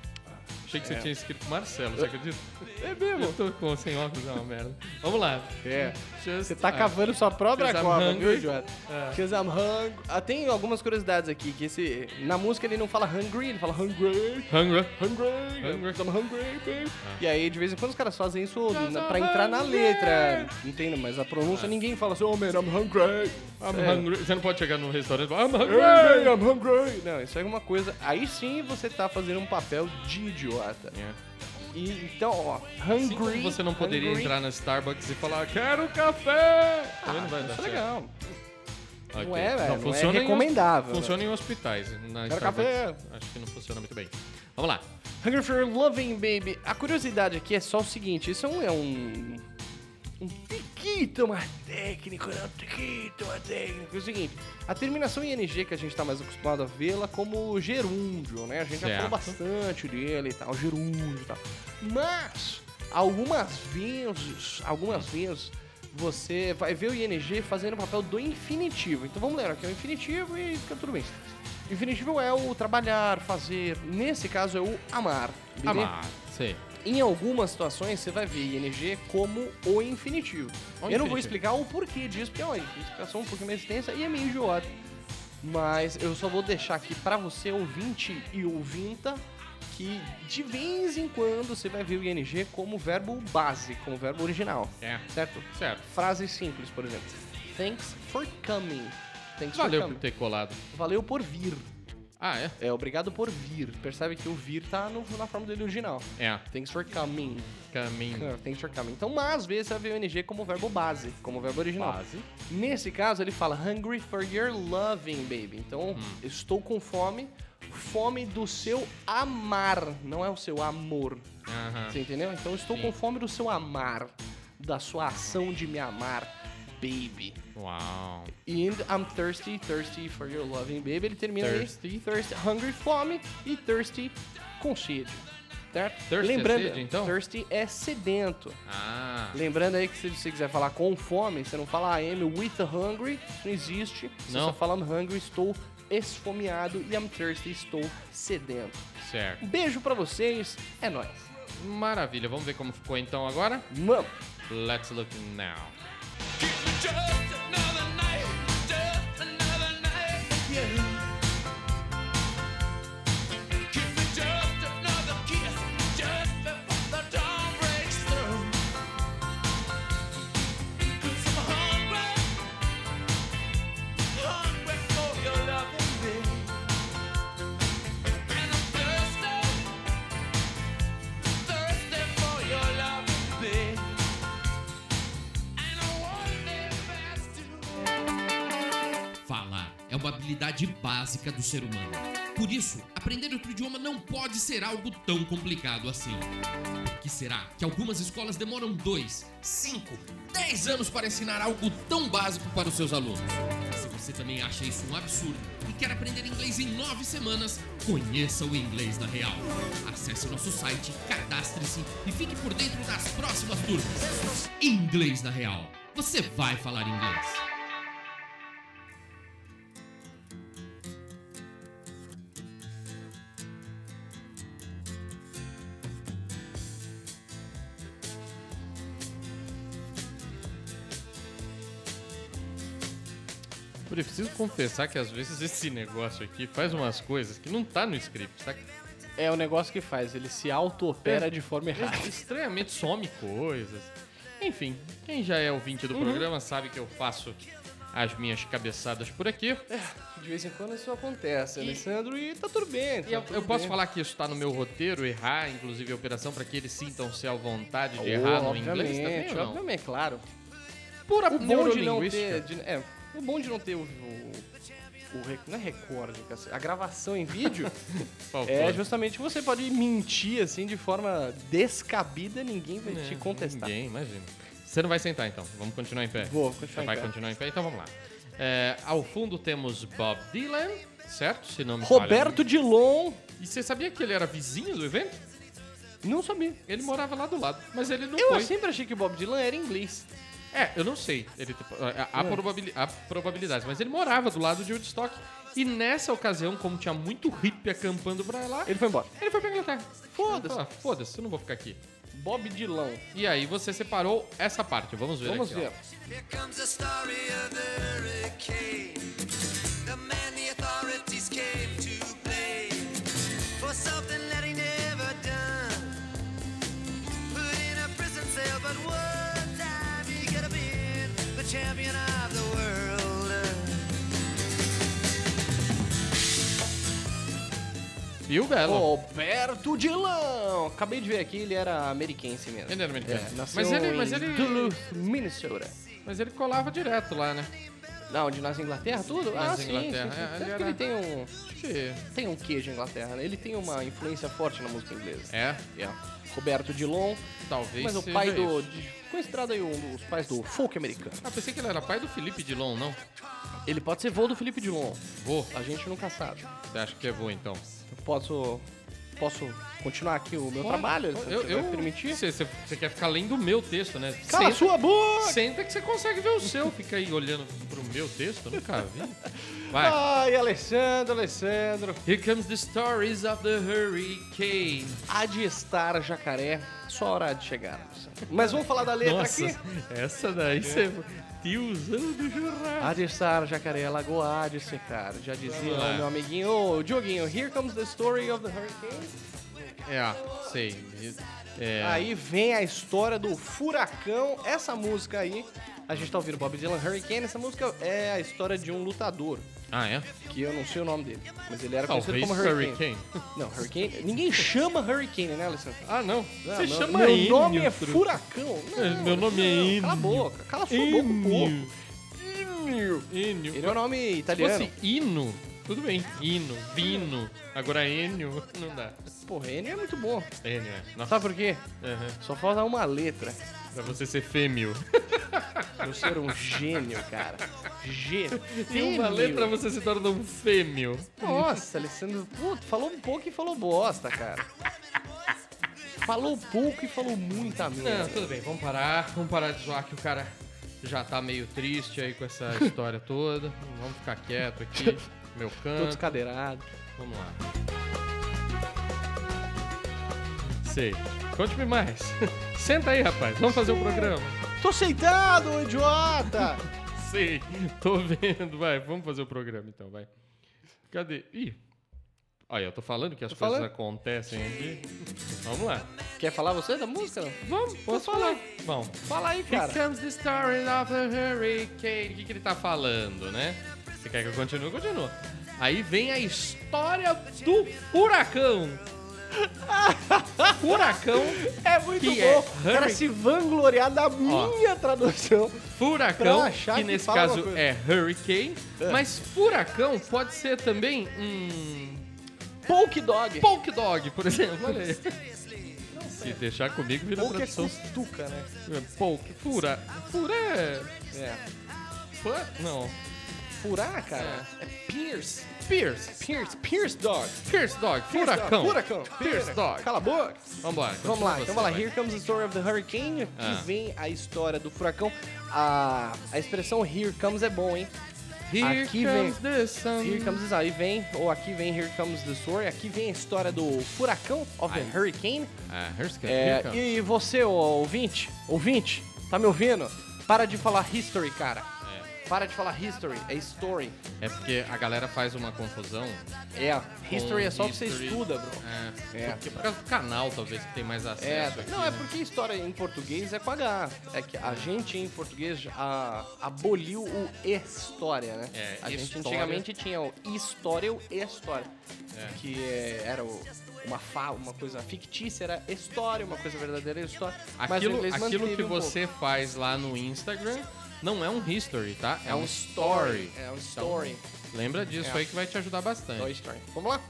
Speaker 4: Achei que você tinha escrito Marcelo, você acredita?
Speaker 5: É, mesmo?
Speaker 4: Eu tô com, sem óculos, é uma merda. Vamos lá.
Speaker 5: É.
Speaker 4: Just-
Speaker 5: Você tá
Speaker 4: ah,
Speaker 5: cavando sua própria
Speaker 4: 'Cause I'm
Speaker 5: cova,
Speaker 4: hungry.
Speaker 5: viu, idiota?
Speaker 4: É.
Speaker 5: Because I'm hungry. Ah, tem algumas curiosidades aqui, que esse... Na música ele não fala hungry, ele fala hungry.
Speaker 4: Hungry.
Speaker 5: Hungry,
Speaker 4: Hungry.
Speaker 5: hungry. I'm hungry, baby.
Speaker 4: Ah.
Speaker 5: E aí, de vez em quando, os caras fazem isso
Speaker 4: Because
Speaker 5: na-
Speaker 4: I'm
Speaker 5: pra entrar na
Speaker 4: hungry.
Speaker 5: letra. Entendo, mas a pronúncia ninguém fala assim, oh man, I'm hungry.
Speaker 4: I'm
Speaker 5: É.
Speaker 4: hungry. Você não pode chegar num restaurante e falar, I'm hungry.
Speaker 5: Hey, I'm hungry. Não, isso é uma coisa. Aí sim você tá fazendo um papel de idiota.
Speaker 4: Yeah.
Speaker 5: E então, ó,
Speaker 4: É. Assim como
Speaker 5: hungry.
Speaker 4: você não poderia
Speaker 5: hungry.
Speaker 4: entrar na Starbucks e falar, quero café!
Speaker 5: Ah,
Speaker 4: Também não vai dar
Speaker 5: isso é
Speaker 4: certo.
Speaker 5: legal.
Speaker 4: Ok.
Speaker 5: Não é, velho, não é
Speaker 4: funciona em hos-
Speaker 5: recomendável,
Speaker 4: funciona em hospitais. né? Na
Speaker 5: Quero
Speaker 4: Starbucks, Acho que não funciona muito bem. Vamos lá.
Speaker 5: Hunger for Your Loving Baby. A curiosidade aqui é só o seguinte: isso é um. É um um tiquito mais técnico, não, um tiquito mais técnico. É o seguinte, a terminação ING que a gente tá mais acostumado a vê-la como gerúndio, né? A gente já
Speaker 4: Certo.
Speaker 5: falou bastante dele e tal, gerúndio e tal. Mas, algumas vezes, algumas vezes, você vai ver o ING fazendo o papel do infinitivo. Então vamos lembrar que é o infinitivo e fica tudo bem. Infinitivo é o trabalhar, fazer. Nesse caso é o amar. beleza?
Speaker 4: Amar, sei.
Speaker 5: Em algumas situações você vai ver ING como o infinitivo.
Speaker 4: O
Speaker 5: eu não
Speaker 4: infinitivo.
Speaker 5: vou explicar o porquê disso, porque é uma explicação um pouquinho mais extensa e é meio idiota. Mas eu só vou deixar aqui pra você, ouvinte e ouvinta, que de vez em quando você vai ver o ING como verbo base, como verbo original,
Speaker 4: É,
Speaker 5: certo?
Speaker 4: certo.
Speaker 5: Frases simples, por exemplo. Thanks for coming. Thanks for
Speaker 4: Valeu por
Speaker 5: coming.
Speaker 4: ter colado.
Speaker 5: Valeu por vir.
Speaker 4: Ah, é?
Speaker 5: É, obrigado por vir. Percebe que o vir tá no- na forma dele original.
Speaker 4: É.
Speaker 5: Thanks for coming.
Speaker 4: Caminho.
Speaker 5: Não, Tem que short coming. Então, mas às vezes você vai ver o NG como verbo base, como verbo original.
Speaker 4: Base.
Speaker 5: Nesse caso, ele fala hungry for your loving, baby. Então,
Speaker 4: Hum.
Speaker 5: estou com fome. Fome do seu amar, não é o seu amor.
Speaker 4: Aham.
Speaker 5: Você entendeu? Então, estou com fome do seu amar, da sua ação de me amar, baby.
Speaker 4: Uau.
Speaker 5: And I'm thirsty, thirsty for your loving, baby. Ele termina
Speaker 4: Thirsty.
Speaker 5: aí, thirsty, hungry, fome e thirsty com sede. Certo?
Speaker 4: Thirsty é
Speaker 5: Lembrando,
Speaker 4: sede, então?
Speaker 5: thirsty é sedento.
Speaker 4: Ah.
Speaker 5: Lembrando aí que se você quiser falar com fome, você não fala I'm with hungry, isso não existe. Você
Speaker 4: Não.
Speaker 5: só fala I'm hungry, estou esfomeado e I'm thirsty, estou sedento.
Speaker 4: Certo.
Speaker 5: Um beijo pra vocês, é nóis.
Speaker 4: Maravilha. Vamos ver como ficou então agora?
Speaker 5: Vamos!
Speaker 4: Let's look now.
Speaker 6: Falar é uma habilidade básica do ser humano. Por isso, aprender outro idioma não pode ser algo tão complicado assim. Por que será que algumas escolas demoram dois, cinco, dez anos para ensinar algo tão básico para os seus alunos? Se você também acha isso um absurdo e quer aprender inglês em nove semanas, conheça o Inglês na Real. Acesse nosso site, cadastre-se e fique por dentro das próximas turmas. Inglês na Real. Você vai falar inglês.
Speaker 4: Preciso confessar que às vezes esse negócio aqui faz umas coisas que não tá no script, saca?
Speaker 5: É o negócio que faz, ele se auto-opera
Speaker 4: É.
Speaker 5: de forma errada.
Speaker 4: Ele estranhamente some coisas. Enfim, quem já é ouvinte
Speaker 5: Uhum.
Speaker 4: do programa sabe que eu faço as minhas cabeçadas por aqui.
Speaker 5: É, De vez em quando isso acontece, Alessandro, e tá tudo bem. tá
Speaker 4: E eu,
Speaker 5: tudo
Speaker 4: eu posso
Speaker 5: bem.
Speaker 4: falar que isso tá no meu roteiro, errar, inclusive a operação, para que eles sintam-se à vontade de
Speaker 5: Oh,
Speaker 4: errar no
Speaker 5: obviamente,
Speaker 4: inglês tá também, ou não?
Speaker 5: obviamente, claro.
Speaker 4: Pura
Speaker 5: O bom de não ter.
Speaker 4: neurolinguística.
Speaker 5: de- é, o bom de não ter o. o- o re- não é recorde, cacete, a gravação em vídeo
Speaker 4: Faltou.
Speaker 5: é justamente você pode mentir assim de forma descabida, ninguém vai
Speaker 4: É,
Speaker 5: te contestar.
Speaker 4: Ninguém, imagina. Você não vai sentar então, vamos continuar em pé.
Speaker 5: Vou
Speaker 4: Você
Speaker 5: continuar.
Speaker 4: vai
Speaker 5: em pé.
Speaker 4: continuar em pé, então vamos lá. É, ao fundo temos Bob Dylan, certo? Se não me falha-
Speaker 5: Roberto Dilon,
Speaker 4: E você sabia que ele era vizinho do evento?
Speaker 5: não sabia.
Speaker 4: Ele morava lá do lado, mas ele não
Speaker 5: Eu
Speaker 4: foi.
Speaker 5: sempre achei que o Bob Dylan era inglês.
Speaker 4: É, eu não sei. Ele, é, há,
Speaker 5: É.
Speaker 4: há probabili- há probabilidades, mas ele morava do lado de Woodstock. E nessa ocasião, como tinha muito hippie acampando pra lá,
Speaker 5: Ele foi embora.
Speaker 4: ele foi pra Inglaterra.
Speaker 5: Foda-se.
Speaker 4: Ah, Foda-se, eu não vou ficar aqui.
Speaker 5: Bob Dylan.
Speaker 4: E aí você separou essa parte, vamos ver
Speaker 5: Vamos
Speaker 4: aqui,
Speaker 5: ver.
Speaker 4: ó.
Speaker 7: Here comes the story of the hurricane. The man the authorities came to blame for something that he never done. Put in a prison cell, but one time he could have been the champion of the world.
Speaker 4: Bill Bello.
Speaker 5: Oh. Roberto Dilon! Acabei de ver aqui, ele era ameriquense mesmo.
Speaker 4: Ele era americano.
Speaker 5: É, nasceu
Speaker 4: mas ele,
Speaker 5: em
Speaker 4: mas ele,
Speaker 5: Duluth, Minnesota.
Speaker 4: mas ele colava direto lá, né?
Speaker 5: Não, de nós Inglaterra, tudo?
Speaker 4: Nós
Speaker 5: ah, sim,
Speaker 4: Inglaterra,
Speaker 5: sim, sim.
Speaker 4: é,
Speaker 5: Tanto
Speaker 4: ele
Speaker 5: que
Speaker 4: era-
Speaker 5: ele tem um,
Speaker 4: Che-
Speaker 5: tem um queijo de Inglaterra, né? Ele tem uma influência forte na música inglesa.
Speaker 4: É,
Speaker 5: Yeah. Roberto Dillon,
Speaker 4: talvez
Speaker 5: mas o
Speaker 4: seja
Speaker 5: pai do...
Speaker 4: isso.
Speaker 5: de- considerado aí um dos pais do folk americano.
Speaker 4: Ah, pensei que ele era pai do Felipe Dilon, não?
Speaker 5: Ele pode ser vô do Felipe Dillon.
Speaker 4: Vô.
Speaker 5: A gente nunca sabe.
Speaker 4: Você acha que é vô, então?
Speaker 5: Eu posso... Posso continuar aqui o meu trabalho? Se
Speaker 4: Eu,
Speaker 5: você vai
Speaker 4: eu
Speaker 5: permitir?
Speaker 4: Você, você- você quer ficar lendo o meu texto, né?
Speaker 5: Cala a
Speaker 4: senta,
Speaker 5: sua boca!
Speaker 4: senta que você consegue ver o seu. Fica aí olhando pro meu texto, eu nunca vi. Vai.
Speaker 5: Ai, Alessandro, Alessandro.
Speaker 4: Here comes the stories of the hurricane.
Speaker 5: Há de estar, jacaré. Só a hora há de chegar. Alessandro. Mas vamos falar da letra
Speaker 4: Nossa,
Speaker 5: aqui. É.
Speaker 4: essa daí você... Tiozão do churrasco.
Speaker 5: Há de estar, jacaré, lagoa há de secar. Já dizia
Speaker 4: lá.
Speaker 5: o meu amiguinho, ô, Dioguinho, here comes the story of the hurricane.
Speaker 4: É, ah, sei. É,
Speaker 5: Aí vem a história do furacão. Essa música aí, a gente tá ouvindo Bob Dylan, Hurricane. Essa música é a história de um lutador,
Speaker 4: Ah, é?
Speaker 5: que eu não sei o nome dele, mas ele era conhecido
Speaker 4: Talvez
Speaker 5: como Hurricane.
Speaker 4: hurricane.
Speaker 5: Não, Hurricane. Ninguém chama Hurricane, né, Alessandro?
Speaker 4: Ah, não.
Speaker 5: Ah,
Speaker 4: você
Speaker 5: meu-
Speaker 4: chama
Speaker 5: Meu
Speaker 4: Enio,
Speaker 5: nome é
Speaker 4: truta.
Speaker 5: Furacão.
Speaker 4: É, meu nome é
Speaker 5: não,
Speaker 4: Enio.
Speaker 5: Cala a boca, cala a sua boca um pouco.
Speaker 4: Enio. Enio.
Speaker 5: Ele é o nome
Speaker 4: Se
Speaker 5: italiano.
Speaker 4: fosse Hino, tudo bem. Hino, Vino. Agora Enio, não dá.
Speaker 5: Porra, Enio é muito bom.
Speaker 4: Enio, é. Nossa,
Speaker 5: Sabe por quê?
Speaker 4: aham.
Speaker 5: Só falta uma letra.
Speaker 4: pra você ser fêmeo.
Speaker 5: Eu ser um gênio, cara. Gênio.
Speaker 4: Em uma letra um você se torna um fêmeo.
Speaker 5: Nossa, Alessandro, puto, falou um pouco e falou bosta, cara. Falou pouco e falou muita
Speaker 4: Não,
Speaker 5: merda.
Speaker 4: tudo bem, vamos parar. Vamos parar de zoar que o cara já tá meio triste aí com essa história toda. Vamos ficar quieto aqui. Meu
Speaker 5: Tô
Speaker 4: canto.
Speaker 5: descadeirado.
Speaker 4: Vamos lá. Sei. Conte-me mais. Senta aí, rapaz. Vamos fazer o programa.
Speaker 5: Tô sentado, ô idiota!
Speaker 4: Sei, tô vendo. Vai, vamos fazer o programa então, vai. Cadê? Ih. Olha, eu tô falando que as
Speaker 5: Tô
Speaker 4: coisas
Speaker 5: falando.
Speaker 4: acontecem aqui. Vamos lá.
Speaker 5: Quer falar você da música? não?
Speaker 4: Vamos, posso falar. Bom.
Speaker 5: Fala aí,
Speaker 4: Here
Speaker 5: cara.
Speaker 4: comes the story of the hurricane. O que, que ele tá falando, né? Você quer que eu continue? Continua. Aí vem a história do furacão. furacão,
Speaker 5: É muito
Speaker 4: Que
Speaker 5: bom.
Speaker 4: é
Speaker 5: o cara se vangloriar da minha tradução.
Speaker 4: furacão,
Speaker 5: Pra achar
Speaker 4: que
Speaker 5: que
Speaker 4: nesse
Speaker 5: fala uma
Speaker 4: caso
Speaker 5: coisa. É.
Speaker 4: é hurricane, mas furacão pode ser também um
Speaker 5: Poke Dog.
Speaker 4: Polk Dog, por exemplo. Olha aí. Se deixar comigo, vira
Speaker 5: Poke é
Speaker 4: tradução.
Speaker 5: cutuca, né?
Speaker 4: Polk. Fura. Fura é.
Speaker 5: É.
Speaker 4: fã? Não.
Speaker 5: Furar, cara, é, Pierce.
Speaker 4: Pierce.
Speaker 5: Pierce. Pierce Dog.
Speaker 4: Pierce Dog.
Speaker 5: Pierce
Speaker 4: Furacão.
Speaker 5: Dog. Furacão.
Speaker 4: Pierce Dog.
Speaker 5: Cala a boca.
Speaker 4: Vambora.
Speaker 5: Vamos lá,
Speaker 4: continua
Speaker 5: então
Speaker 4: você,
Speaker 5: vamos lá.
Speaker 4: vai.
Speaker 5: Here comes the story of the hurricane, que
Speaker 4: Ah.
Speaker 5: vem a história do furacão. A, a expressão here comes é bom, hein?
Speaker 4: Here
Speaker 5: Aqui
Speaker 4: comes
Speaker 5: vem-
Speaker 4: the sun.
Speaker 5: Here comes the aí vem, ou aqui vem here comes the story, aqui vem a história do furacão of the hurricane.
Speaker 4: Ah, here's
Speaker 5: É,
Speaker 4: here comes.
Speaker 5: e você, ô, ouvinte, ouvinte, tá me ouvindo? Para de falar history, cara. Para de falar history, é story.
Speaker 4: É porque a galera faz uma confusão.
Speaker 5: É, history é só o que você
Speaker 4: history.
Speaker 5: estuda, bro.
Speaker 4: É.
Speaker 5: É.
Speaker 4: Porque por causa do canal, talvez, que tem mais
Speaker 5: É,
Speaker 4: acesso. aqui,
Speaker 5: não, é
Speaker 4: né?
Speaker 5: porque história em português é com H. É que a gente em português já, ah, aboliu o história, né?
Speaker 4: É,
Speaker 5: a gente
Speaker 4: história.
Speaker 5: antigamente tinha o história e o história.
Speaker 4: É.
Speaker 5: Que é, era o- uma, fa, uma coisa fictícia, era história, uma coisa verdadeira era história. mas o
Speaker 4: Aquilo,
Speaker 5: inglês
Speaker 4: aquilo
Speaker 5: manteve
Speaker 4: que
Speaker 5: um
Speaker 4: você faz lá no Instagram não é um history, tá?
Speaker 5: pouco. É um story. É um story.
Speaker 4: Lembra disso
Speaker 5: É.
Speaker 4: aí que vai te ajudar bastante.
Speaker 5: Toy Story. Vamos lá?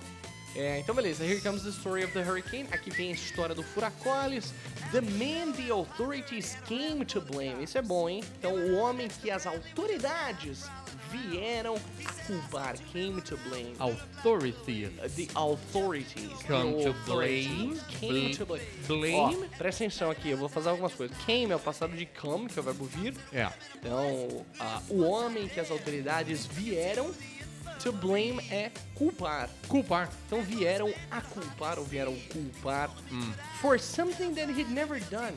Speaker 5: É, então, beleza. Here comes the story of the hurricane. Aqui vem a história do furacoles. The man the authorities came to blame. Isso é bom, hein? Então, o homem que as autoridades vieram a culpar. Came to blame.
Speaker 4: Authority.
Speaker 5: The authorities.
Speaker 4: Come
Speaker 5: the
Speaker 4: to
Speaker 5: authorities
Speaker 4: blame.
Speaker 5: Came to blame.
Speaker 4: Blame.
Speaker 5: Ó, presta atenção aqui. Eu vou fazer algumas coisas. Came é o passado de come, que é o verbo vir.
Speaker 4: É.
Speaker 5: Então, ah, o homem que as autoridades vieram to blame é culpar.
Speaker 4: Culpar.
Speaker 5: Então vieram a culpar ou vieram culpar hum, for something that he'd never done.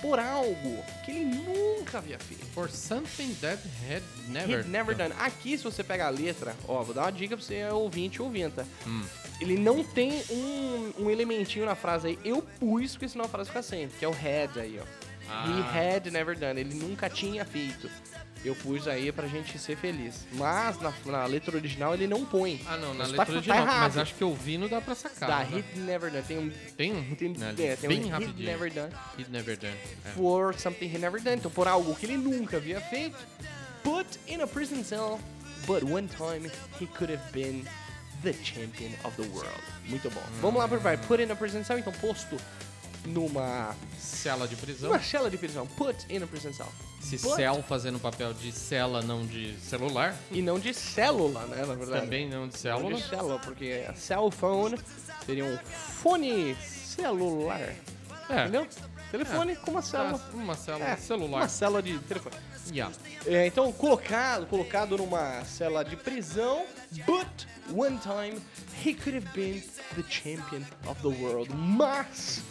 Speaker 5: Por algo que ele nunca havia feito.
Speaker 4: For something that had never,
Speaker 5: He'd never done. Aqui, se você pegar a letra, ó, vou dar uma dica pra você, é ouvinte ou ouvinta.
Speaker 4: Hum.
Speaker 5: Ele não tem um, um elementinho na frase aí. Eu pus, porque senão a frase fica sem, que é o had aí, ó.
Speaker 4: Ah.
Speaker 5: He had never done. Ele nunca tinha feito. Eu pus aí pra gente ser feliz. Mas na, na letra original ele não põe.
Speaker 4: Ah, não, na
Speaker 5: Mas
Speaker 4: letra
Speaker 5: tá,
Speaker 4: original.
Speaker 5: Tá
Speaker 4: mas
Speaker 5: errado.
Speaker 4: acho que ouvindo dá pra sacar.
Speaker 5: Dá,
Speaker 4: tá?
Speaker 5: he'd never done. Tem um
Speaker 4: Tem um.
Speaker 5: tem,
Speaker 4: né,
Speaker 5: é, tem
Speaker 4: bem
Speaker 5: um
Speaker 4: rapidinho.
Speaker 5: He'd never done
Speaker 4: He'd never done. É.
Speaker 5: for something he never done. Então, por algo que ele nunca havia feito. Put locked in a prison cell, but one time he could have been the champion of the world. Muito bom.
Speaker 4: Hum.
Speaker 5: Vamos lá, por vai. Put in a prison cell, então posto numa
Speaker 4: Cela de prisão.
Speaker 5: numa cela de prisão. Put in a prison cell.
Speaker 4: Se
Speaker 5: But-
Speaker 4: cel fazendo papel de cela, não de celular.
Speaker 5: E não de célula, né, na verdade.
Speaker 4: Também não de
Speaker 5: Não
Speaker 4: célula.
Speaker 5: de célula, porque cell phone seria um fone celular,
Speaker 4: É.
Speaker 5: entendeu? Telefone com uma
Speaker 4: Tá,
Speaker 5: célula.
Speaker 4: Uma célula
Speaker 5: É,
Speaker 4: celular.
Speaker 5: Uma célula de telefone.
Speaker 4: Yeah.
Speaker 5: É, então, colocado, colocado numa cela de prisão, but one time he could have been the champion of the world. Mas,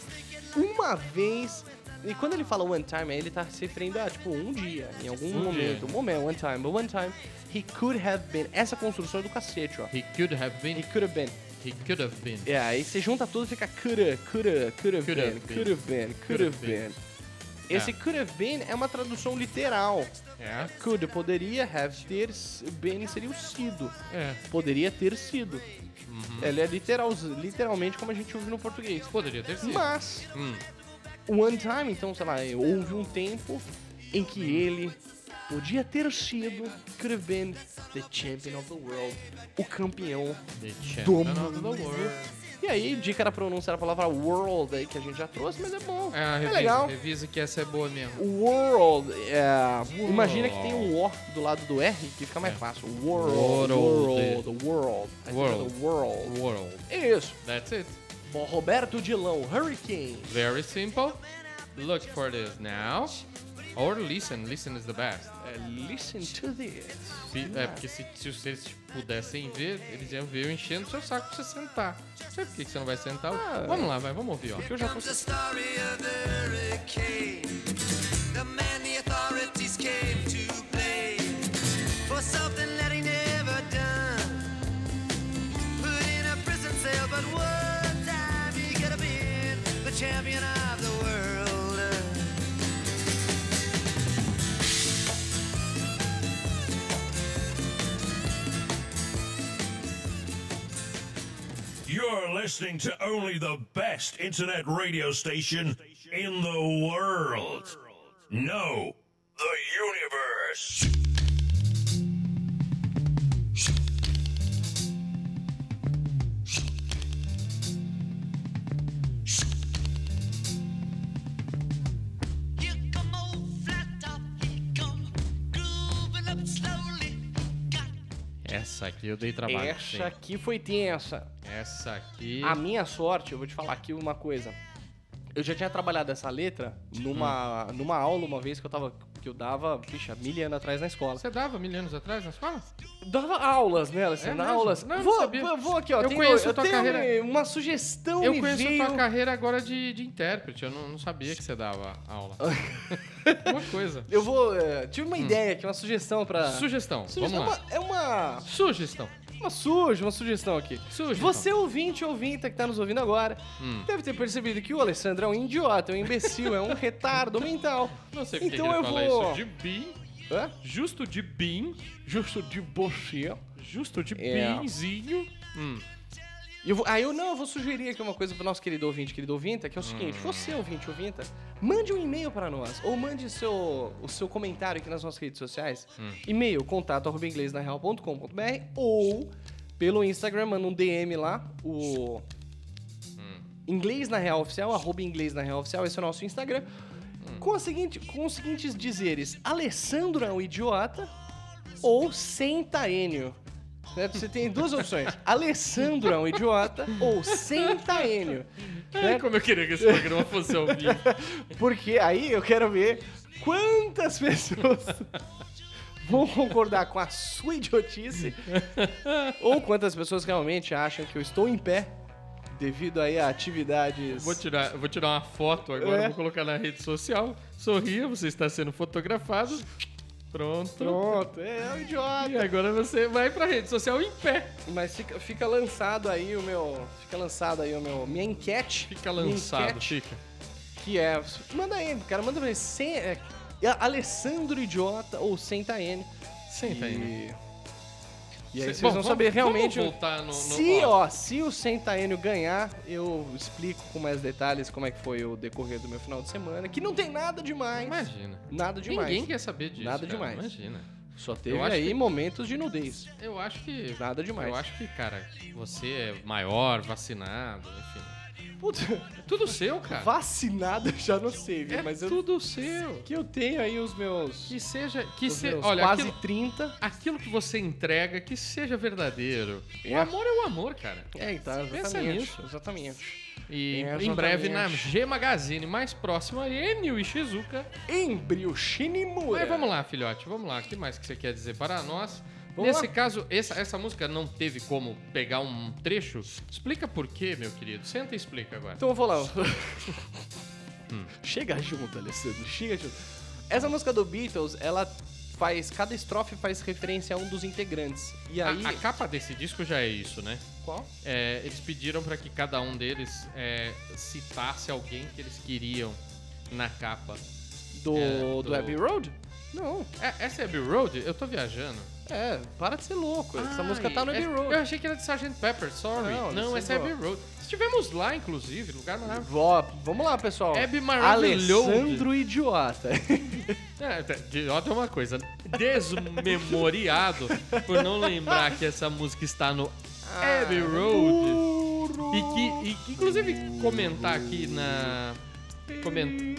Speaker 5: uma vez, e quando ele fala one time, aí ele tá se referindo a, tipo, um dia, em algum
Speaker 4: Um
Speaker 5: momento.
Speaker 4: dia.
Speaker 5: Um momento, one time, but one time, he could have been. Essa construção é do cacete, ó.
Speaker 4: He could have
Speaker 5: He
Speaker 4: been.
Speaker 5: could have been.
Speaker 4: He could have been.
Speaker 5: É, aí você junta tudo e fica coulda, coulda, coulda
Speaker 4: Coulda
Speaker 5: been,
Speaker 4: been.
Speaker 5: coulda been,
Speaker 4: Coulda
Speaker 5: coulda been. Esse
Speaker 4: É.
Speaker 5: could have been é uma tradução literal.
Speaker 4: É.
Speaker 5: Could, poderia, have, ter, been seria o sido.
Speaker 4: É.
Speaker 5: Poderia ter sido.
Speaker 4: Uhum.
Speaker 5: Ela é literal, literalmente como a gente ouve no português.
Speaker 4: Poderia ter sido.
Speaker 5: Mas,
Speaker 4: Hum.
Speaker 5: one time, então, sei lá, houve um tempo em
Speaker 4: Uhum.
Speaker 5: que ele podia ter sido, could have been, the champion of the world, o campeão
Speaker 4: The champion
Speaker 5: do
Speaker 4: of the
Speaker 5: mundo.
Speaker 4: world.
Speaker 5: E aí, dica era pronunciar a palavra world aí, que a gente já trouxe, mas é bom.
Speaker 4: É, revisa,
Speaker 5: legal.
Speaker 4: revisa que essa é boa mesmo.
Speaker 5: World, é, imagina que tem um O do lado do R, que fica mais fácil. World,
Speaker 4: É. World.
Speaker 5: world, world. Aí fica
Speaker 4: World.
Speaker 5: é do world. É
Speaker 4: World.
Speaker 5: Isso.
Speaker 4: That's it.
Speaker 5: Bom, Roberto Dilão, Hurricane.
Speaker 4: Very simple. Look for this now. Or listen. Listen is the best.
Speaker 5: É, listen to this.
Speaker 4: Fi- É porque se, se vocês pudessem ver, eles iam ver eu enchendo o seu saco pra você sentar. Não sei por que que você não vai sentar.
Speaker 5: Ah.
Speaker 4: Vamos lá, vai, vamos ouvir, ó.
Speaker 5: Eu já
Speaker 7: comes the story of the hurricane. The man the authorities came to blame for something that he never done. Put in a prison cell, but one time he could have been the champion of the world.
Speaker 8: You're listening to only the best internet radio station in the world. No, the universe.
Speaker 7: Here come old flat top, he come grooving up slowly. Got
Speaker 4: Essa aqui eu dei trabalho.
Speaker 5: Essa aqui foi tensa.
Speaker 4: sim. Essa aqui.
Speaker 5: A minha sorte, eu vou te falar aqui uma coisa. Eu já tinha trabalhado essa letra numa, numa aula uma vez que eu tava que eu dava, bicha, mil anos atrás na escola.
Speaker 4: Você dava mil anos atrás na escola?
Speaker 5: Dava aulas, né, Alessandra?
Speaker 4: É mesmo?
Speaker 5: aulas.
Speaker 4: Não, eu
Speaker 5: vou,
Speaker 4: não sabia.
Speaker 5: vou- vou aqui, ó.
Speaker 4: Eu
Speaker 5: tenho,
Speaker 4: conheço
Speaker 5: eu
Speaker 4: a tua
Speaker 5: tenho um-
Speaker 4: carreira.
Speaker 5: uma sugestão
Speaker 4: Eu
Speaker 5: me
Speaker 4: conheço
Speaker 5: veio...
Speaker 4: a tua carreira agora de, de intérprete. Eu não, não sabia que você dava aula. uma coisa.
Speaker 5: Eu vou... eh, tive uma ideia aqui, uma sugestão pra...
Speaker 4: Sugestão.
Speaker 5: Ah. Sugestão
Speaker 4: Hum. Vamos lá.
Speaker 5: é uma... É uma...
Speaker 4: Sugestão.
Speaker 5: Uma suja, uma sugestão aqui.
Speaker 4: Sugestão.
Speaker 5: Você ouvinte ouvinta que tá nos ouvindo agora,
Speaker 4: Hum.
Speaker 5: deve ter percebido que o Alessandro é um idiota, é um imbecil, é um retardo mental.
Speaker 4: Não sei porque
Speaker 5: então
Speaker 4: que ele
Speaker 5: eu
Speaker 4: fala
Speaker 5: vou...
Speaker 4: isso. De bim.
Speaker 5: Hã?
Speaker 4: Justo de bim.
Speaker 5: Justo de você.
Speaker 4: Justo de
Speaker 5: É.
Speaker 4: bimzinho. Hum.
Speaker 5: Eu vou, aí eu não, eu vou sugerir aqui uma coisa pro nosso querido ouvinte, querido ouvinta, que é o seguinte, você ouvinte, ouvinta, mande um e-mail para nós, ou mande seu, o seu comentário aqui nas nossas redes sociais, e-mail, contato, arroba inglesnareal.com.br, ou pelo Instagram, manda um DM lá, o inglês na real oficial, arroba inglês na real oficial, esse é o nosso Instagram, com, a seguinte, com os seguintes dizeres, Alessandro é um idiota, ou senta Enio. Certo? Você tem duas opções. Alessandro é um idiota ou senta Enio. Né?
Speaker 4: Ai, como eu queria que esse programa fosse ao vivo.
Speaker 5: é? Porque aí eu quero ver quantas pessoas vão concordar com a sua idiotice ou quantas pessoas realmente acham que eu estou em pé devido aí a atividades...
Speaker 4: Vou tirar, vou tirar uma foto agora,
Speaker 5: É.
Speaker 4: vou colocar na rede social. Sorria, você está sendo fotografado. Pronto.
Speaker 5: Pronto, é, é um idiota.
Speaker 4: E agora você vai pra rede social em pé.
Speaker 5: Mas fica, fica lançado aí o meu... Fica lançado aí o meu... Minha enquete.
Speaker 4: Fica
Speaker 5: minha
Speaker 4: lançado,
Speaker 5: enquete
Speaker 4: fica.
Speaker 5: Que é. Manda aí, cara, manda pra mim. Sem, é, é Alessandro Idiota ou Senta N.
Speaker 4: Senta aí. né?
Speaker 5: E, e aí vocês
Speaker 4: Cê- bom,
Speaker 5: vão
Speaker 4: vamos-
Speaker 5: saber realmente.
Speaker 4: Vamos voltar no, no-
Speaker 5: se, ó, se o Senta N ganhar, eu explico com mais detalhes como é que foi o decorrer do meu final de semana. Que não tem nada demais.
Speaker 4: Imagina.
Speaker 5: Nada demais.
Speaker 4: Ninguém quer saber disso.
Speaker 5: Nada
Speaker 4: cara,
Speaker 5: demais.
Speaker 4: Imagina.
Speaker 5: Só teve
Speaker 4: Eu acho
Speaker 5: aí
Speaker 4: que-
Speaker 5: momentos de nudez.
Speaker 4: Eu acho que.
Speaker 5: Nada demais.
Speaker 4: Eu acho que, cara, você é maior, vacinado, enfim.
Speaker 5: Putz,
Speaker 4: É tudo seu, cara.
Speaker 5: vacinado eu já não sei, viu?
Speaker 4: é
Speaker 5: mas eu,
Speaker 4: tudo seu.
Speaker 5: que eu tenho aí os meus,
Speaker 4: Que seja. Que
Speaker 5: os
Speaker 4: se,
Speaker 5: meus
Speaker 4: olha,
Speaker 5: quase
Speaker 4: aquilo,
Speaker 5: 30.
Speaker 4: aquilo que você entrega, que seja verdadeiro. O
Speaker 5: É.
Speaker 4: amor é o amor, cara.
Speaker 5: É, então,
Speaker 4: Pensa
Speaker 5: exatamente.
Speaker 4: nisso.
Speaker 5: Exatamente.
Speaker 4: E
Speaker 5: É,
Speaker 4: em breve na
Speaker 5: exatamente.
Speaker 4: G Magazine, mais próxima, Enio e Shizuka.
Speaker 5: Embryo Shinimura.
Speaker 4: Mas vamos lá, filhote, vamos lá. O que mais que você quer dizer para nós?
Speaker 5: Vamos
Speaker 4: Nesse
Speaker 5: lá.
Speaker 4: caso, essa, essa música não teve como pegar um trecho? Explica por quê, meu querido. Senta e explica agora.
Speaker 5: Então eu vou lá.
Speaker 4: Hum.
Speaker 5: Chega junto, Alessandro. Chega junto. Essa música do Beatles, ela faz. Cada estrofe faz referência a um dos integrantes. E
Speaker 4: A-
Speaker 5: aí.
Speaker 4: a, capa desse disco já é isso, né?
Speaker 5: Qual?
Speaker 4: É, eles pediram para que cada um deles é, citasse alguém que eles queriam na capa.
Speaker 5: Do,
Speaker 4: É,
Speaker 5: do...
Speaker 4: do-
Speaker 5: Abbey Road? Não.
Speaker 4: É, essa é Abbey Road? Eu tô viajando.
Speaker 5: É, para de ser louco. Essa
Speaker 4: Ah,
Speaker 5: música tá no
Speaker 4: e-
Speaker 5: Abbey
Speaker 4: é-
Speaker 5: Road.
Speaker 4: Eu achei que era de Sgt. Pepper, sorry.
Speaker 5: Não,
Speaker 4: Não,
Speaker 5: isso
Speaker 4: essa
Speaker 5: é
Speaker 4: é
Speaker 5: boa.
Speaker 4: Abbey Road. Estivemos lá, inclusive, lugar maravilhoso.
Speaker 5: Vó, vamos lá, pessoal.
Speaker 4: Abbey maravilhoso.
Speaker 5: Alessandro Idiota.
Speaker 4: É, tá, idiota é uma coisa. Desmemoriado por não lembrar que essa música está no
Speaker 5: Ah,
Speaker 4: Abbey
Speaker 5: uh,
Speaker 4: Road. E que, e que, inclusive, comentar aqui na. comen-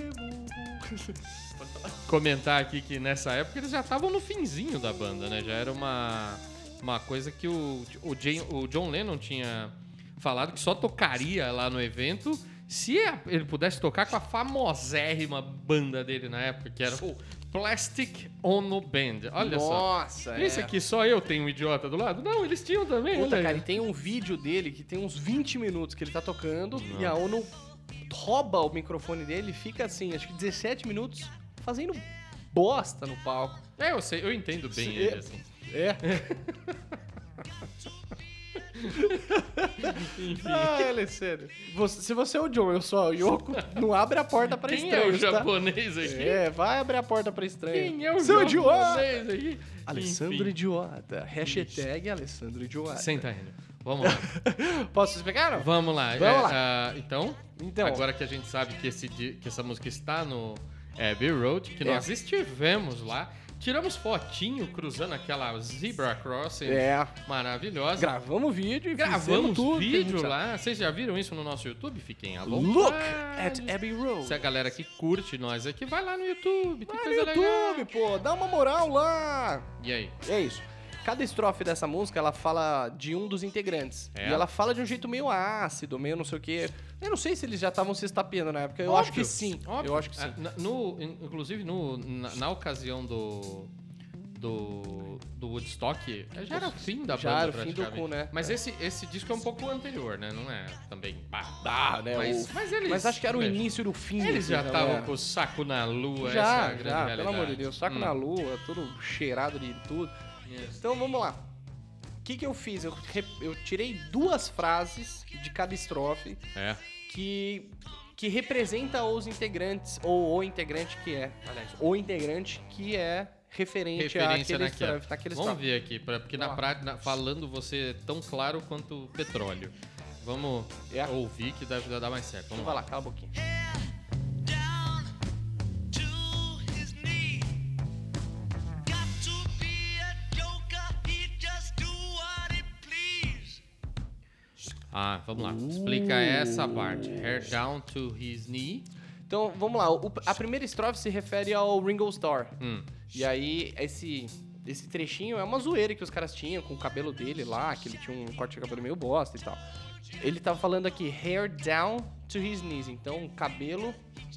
Speaker 4: Comentar aqui que nessa época eles já estavam no finzinho da banda, né? Já era uma, uma coisa que o, o, Jane- o John Lennon tinha falado que só tocaria lá no evento se a- ele pudesse tocar com a famosérrima banda dele na época, que era o Plastic Ono Band. Olha só.
Speaker 5: Nossa, é.
Speaker 4: Isso aqui é né? só eu tenho um idiota do lado? Não, eles tinham também. olha
Speaker 5: Puta,
Speaker 4: aí.
Speaker 5: cara, e tem um vídeo dele que tem uns 20 minutos que ele tá tocando e a ONU rouba o microfone dele e fica assim, acho que 17 minutos fazendo bosta no palco.
Speaker 4: É, eu sei, eu entendo bem
Speaker 5: Sim.
Speaker 4: ele, assim.
Speaker 5: É. ah, Alessandro. Você, se você é o John, eu sou o Yoko, não abre a porta pra
Speaker 4: Quem é o
Speaker 5: estranhos, tá?
Speaker 4: japonês aqui?
Speaker 5: É, vai abrir a porta pra estranho.
Speaker 4: Quem é o
Speaker 5: Seu idiota!
Speaker 4: japonês aqui?
Speaker 5: Alessandro
Speaker 4: Enfim.
Speaker 5: Idiota. Hashtag Alessandro Idiota.
Speaker 4: Senta, Renner. Vamos lá.
Speaker 5: Posso explicar? não?
Speaker 4: Vamos lá.
Speaker 5: Vamos lá.
Speaker 4: ah, então,
Speaker 5: Então.
Speaker 4: agora que a gente sabe que, esse di- que essa música está no Abbey Road, que
Speaker 5: É.
Speaker 4: nós estivemos lá, tiramos fotinho cruzando aquela zebra crossing
Speaker 5: É.
Speaker 4: maravilhosa.
Speaker 5: Gravamos vídeo e fizemos
Speaker 4: Gravamos
Speaker 5: tudo. que a
Speaker 4: vídeo
Speaker 5: gente-
Speaker 4: lá. Vocês já viram isso no nosso YouTube? Fiquem à vontade.
Speaker 5: Look at Abbey Road.
Speaker 4: Se a galera que curte nós aqui, vai lá no YouTube. Tem
Speaker 5: Vai no
Speaker 4: é coisa legal.
Speaker 5: YouTube, pô, dá uma moral lá.
Speaker 4: E aí?
Speaker 5: É isso. Cada estrofe dessa música, ela fala de um dos integrantes.
Speaker 4: É.
Speaker 5: E ela fala de um jeito meio ácido, meio não sei o quê. Eu não sei se eles já estavam se estapeando na época. Eu acho que
Speaker 4: Óbvio,
Speaker 5: sim.
Speaker 4: óbvio.
Speaker 5: Eu acho que
Speaker 4: Ah,
Speaker 5: sim.
Speaker 4: na- no- in- inclusive, no- na, na ocasião do. Do, do Woodstock, já era o fim da
Speaker 5: Já
Speaker 4: banda
Speaker 5: era o fim do
Speaker 4: praticamente.
Speaker 5: cu, né?
Speaker 4: Mas esse, esse disco é um pouco anterior, né? Não é também... pá,
Speaker 5: Ah, né?
Speaker 4: Mas,
Speaker 5: o-
Speaker 4: mas eles...
Speaker 5: Mas acho que era o
Speaker 4: veja,
Speaker 5: início do fim.
Speaker 4: Eles
Speaker 5: assim,
Speaker 4: já
Speaker 5: né?
Speaker 4: estavam
Speaker 5: É.
Speaker 4: com o saco na lua, essa é a
Speaker 5: Já,
Speaker 4: grande
Speaker 5: já,
Speaker 4: realidade.
Speaker 5: pelo amor de Deus. Saco
Speaker 4: Hum.
Speaker 5: na lua, todo cheirado de tudo. Então vamos lá. O que, que eu fiz? Eu, re- eu tirei duas frases de cada estrofe
Speaker 4: É.
Speaker 5: que, que representa os integrantes, ou o integrante que é. Aliás, o integrante que é referente
Speaker 4: Referência
Speaker 5: àquele
Speaker 4: naquela.
Speaker 5: estrofe. Naquele
Speaker 4: Vamos
Speaker 5: estrofe.
Speaker 4: ver aqui, pra- porque
Speaker 5: Vamos
Speaker 4: na
Speaker 5: lá.
Speaker 4: prática, na- falando você é tão claro quanto o petróleo. Vamos
Speaker 5: É.
Speaker 4: ouvir que deve dar mais certo. Vamos
Speaker 5: Então vai lá, cala a boquinha.
Speaker 7: Down to his knee. Got to be a joker. He just do what he please.
Speaker 4: Ah, vamos
Speaker 5: Uh.
Speaker 4: lá. Explica essa parte. Hair down to his knee.
Speaker 5: Então vamos lá. O- a primeira estrofe se refere ao Ringo Starr.
Speaker 4: Hum.
Speaker 5: E aí, esse, esse trechinho é uma zoeira que os caras tinham com o cabelo dele lá, que ele tinha um corte de cabelo meio bosta e tal. Ele tava falando aqui, hair down to his knees. Então, cabelo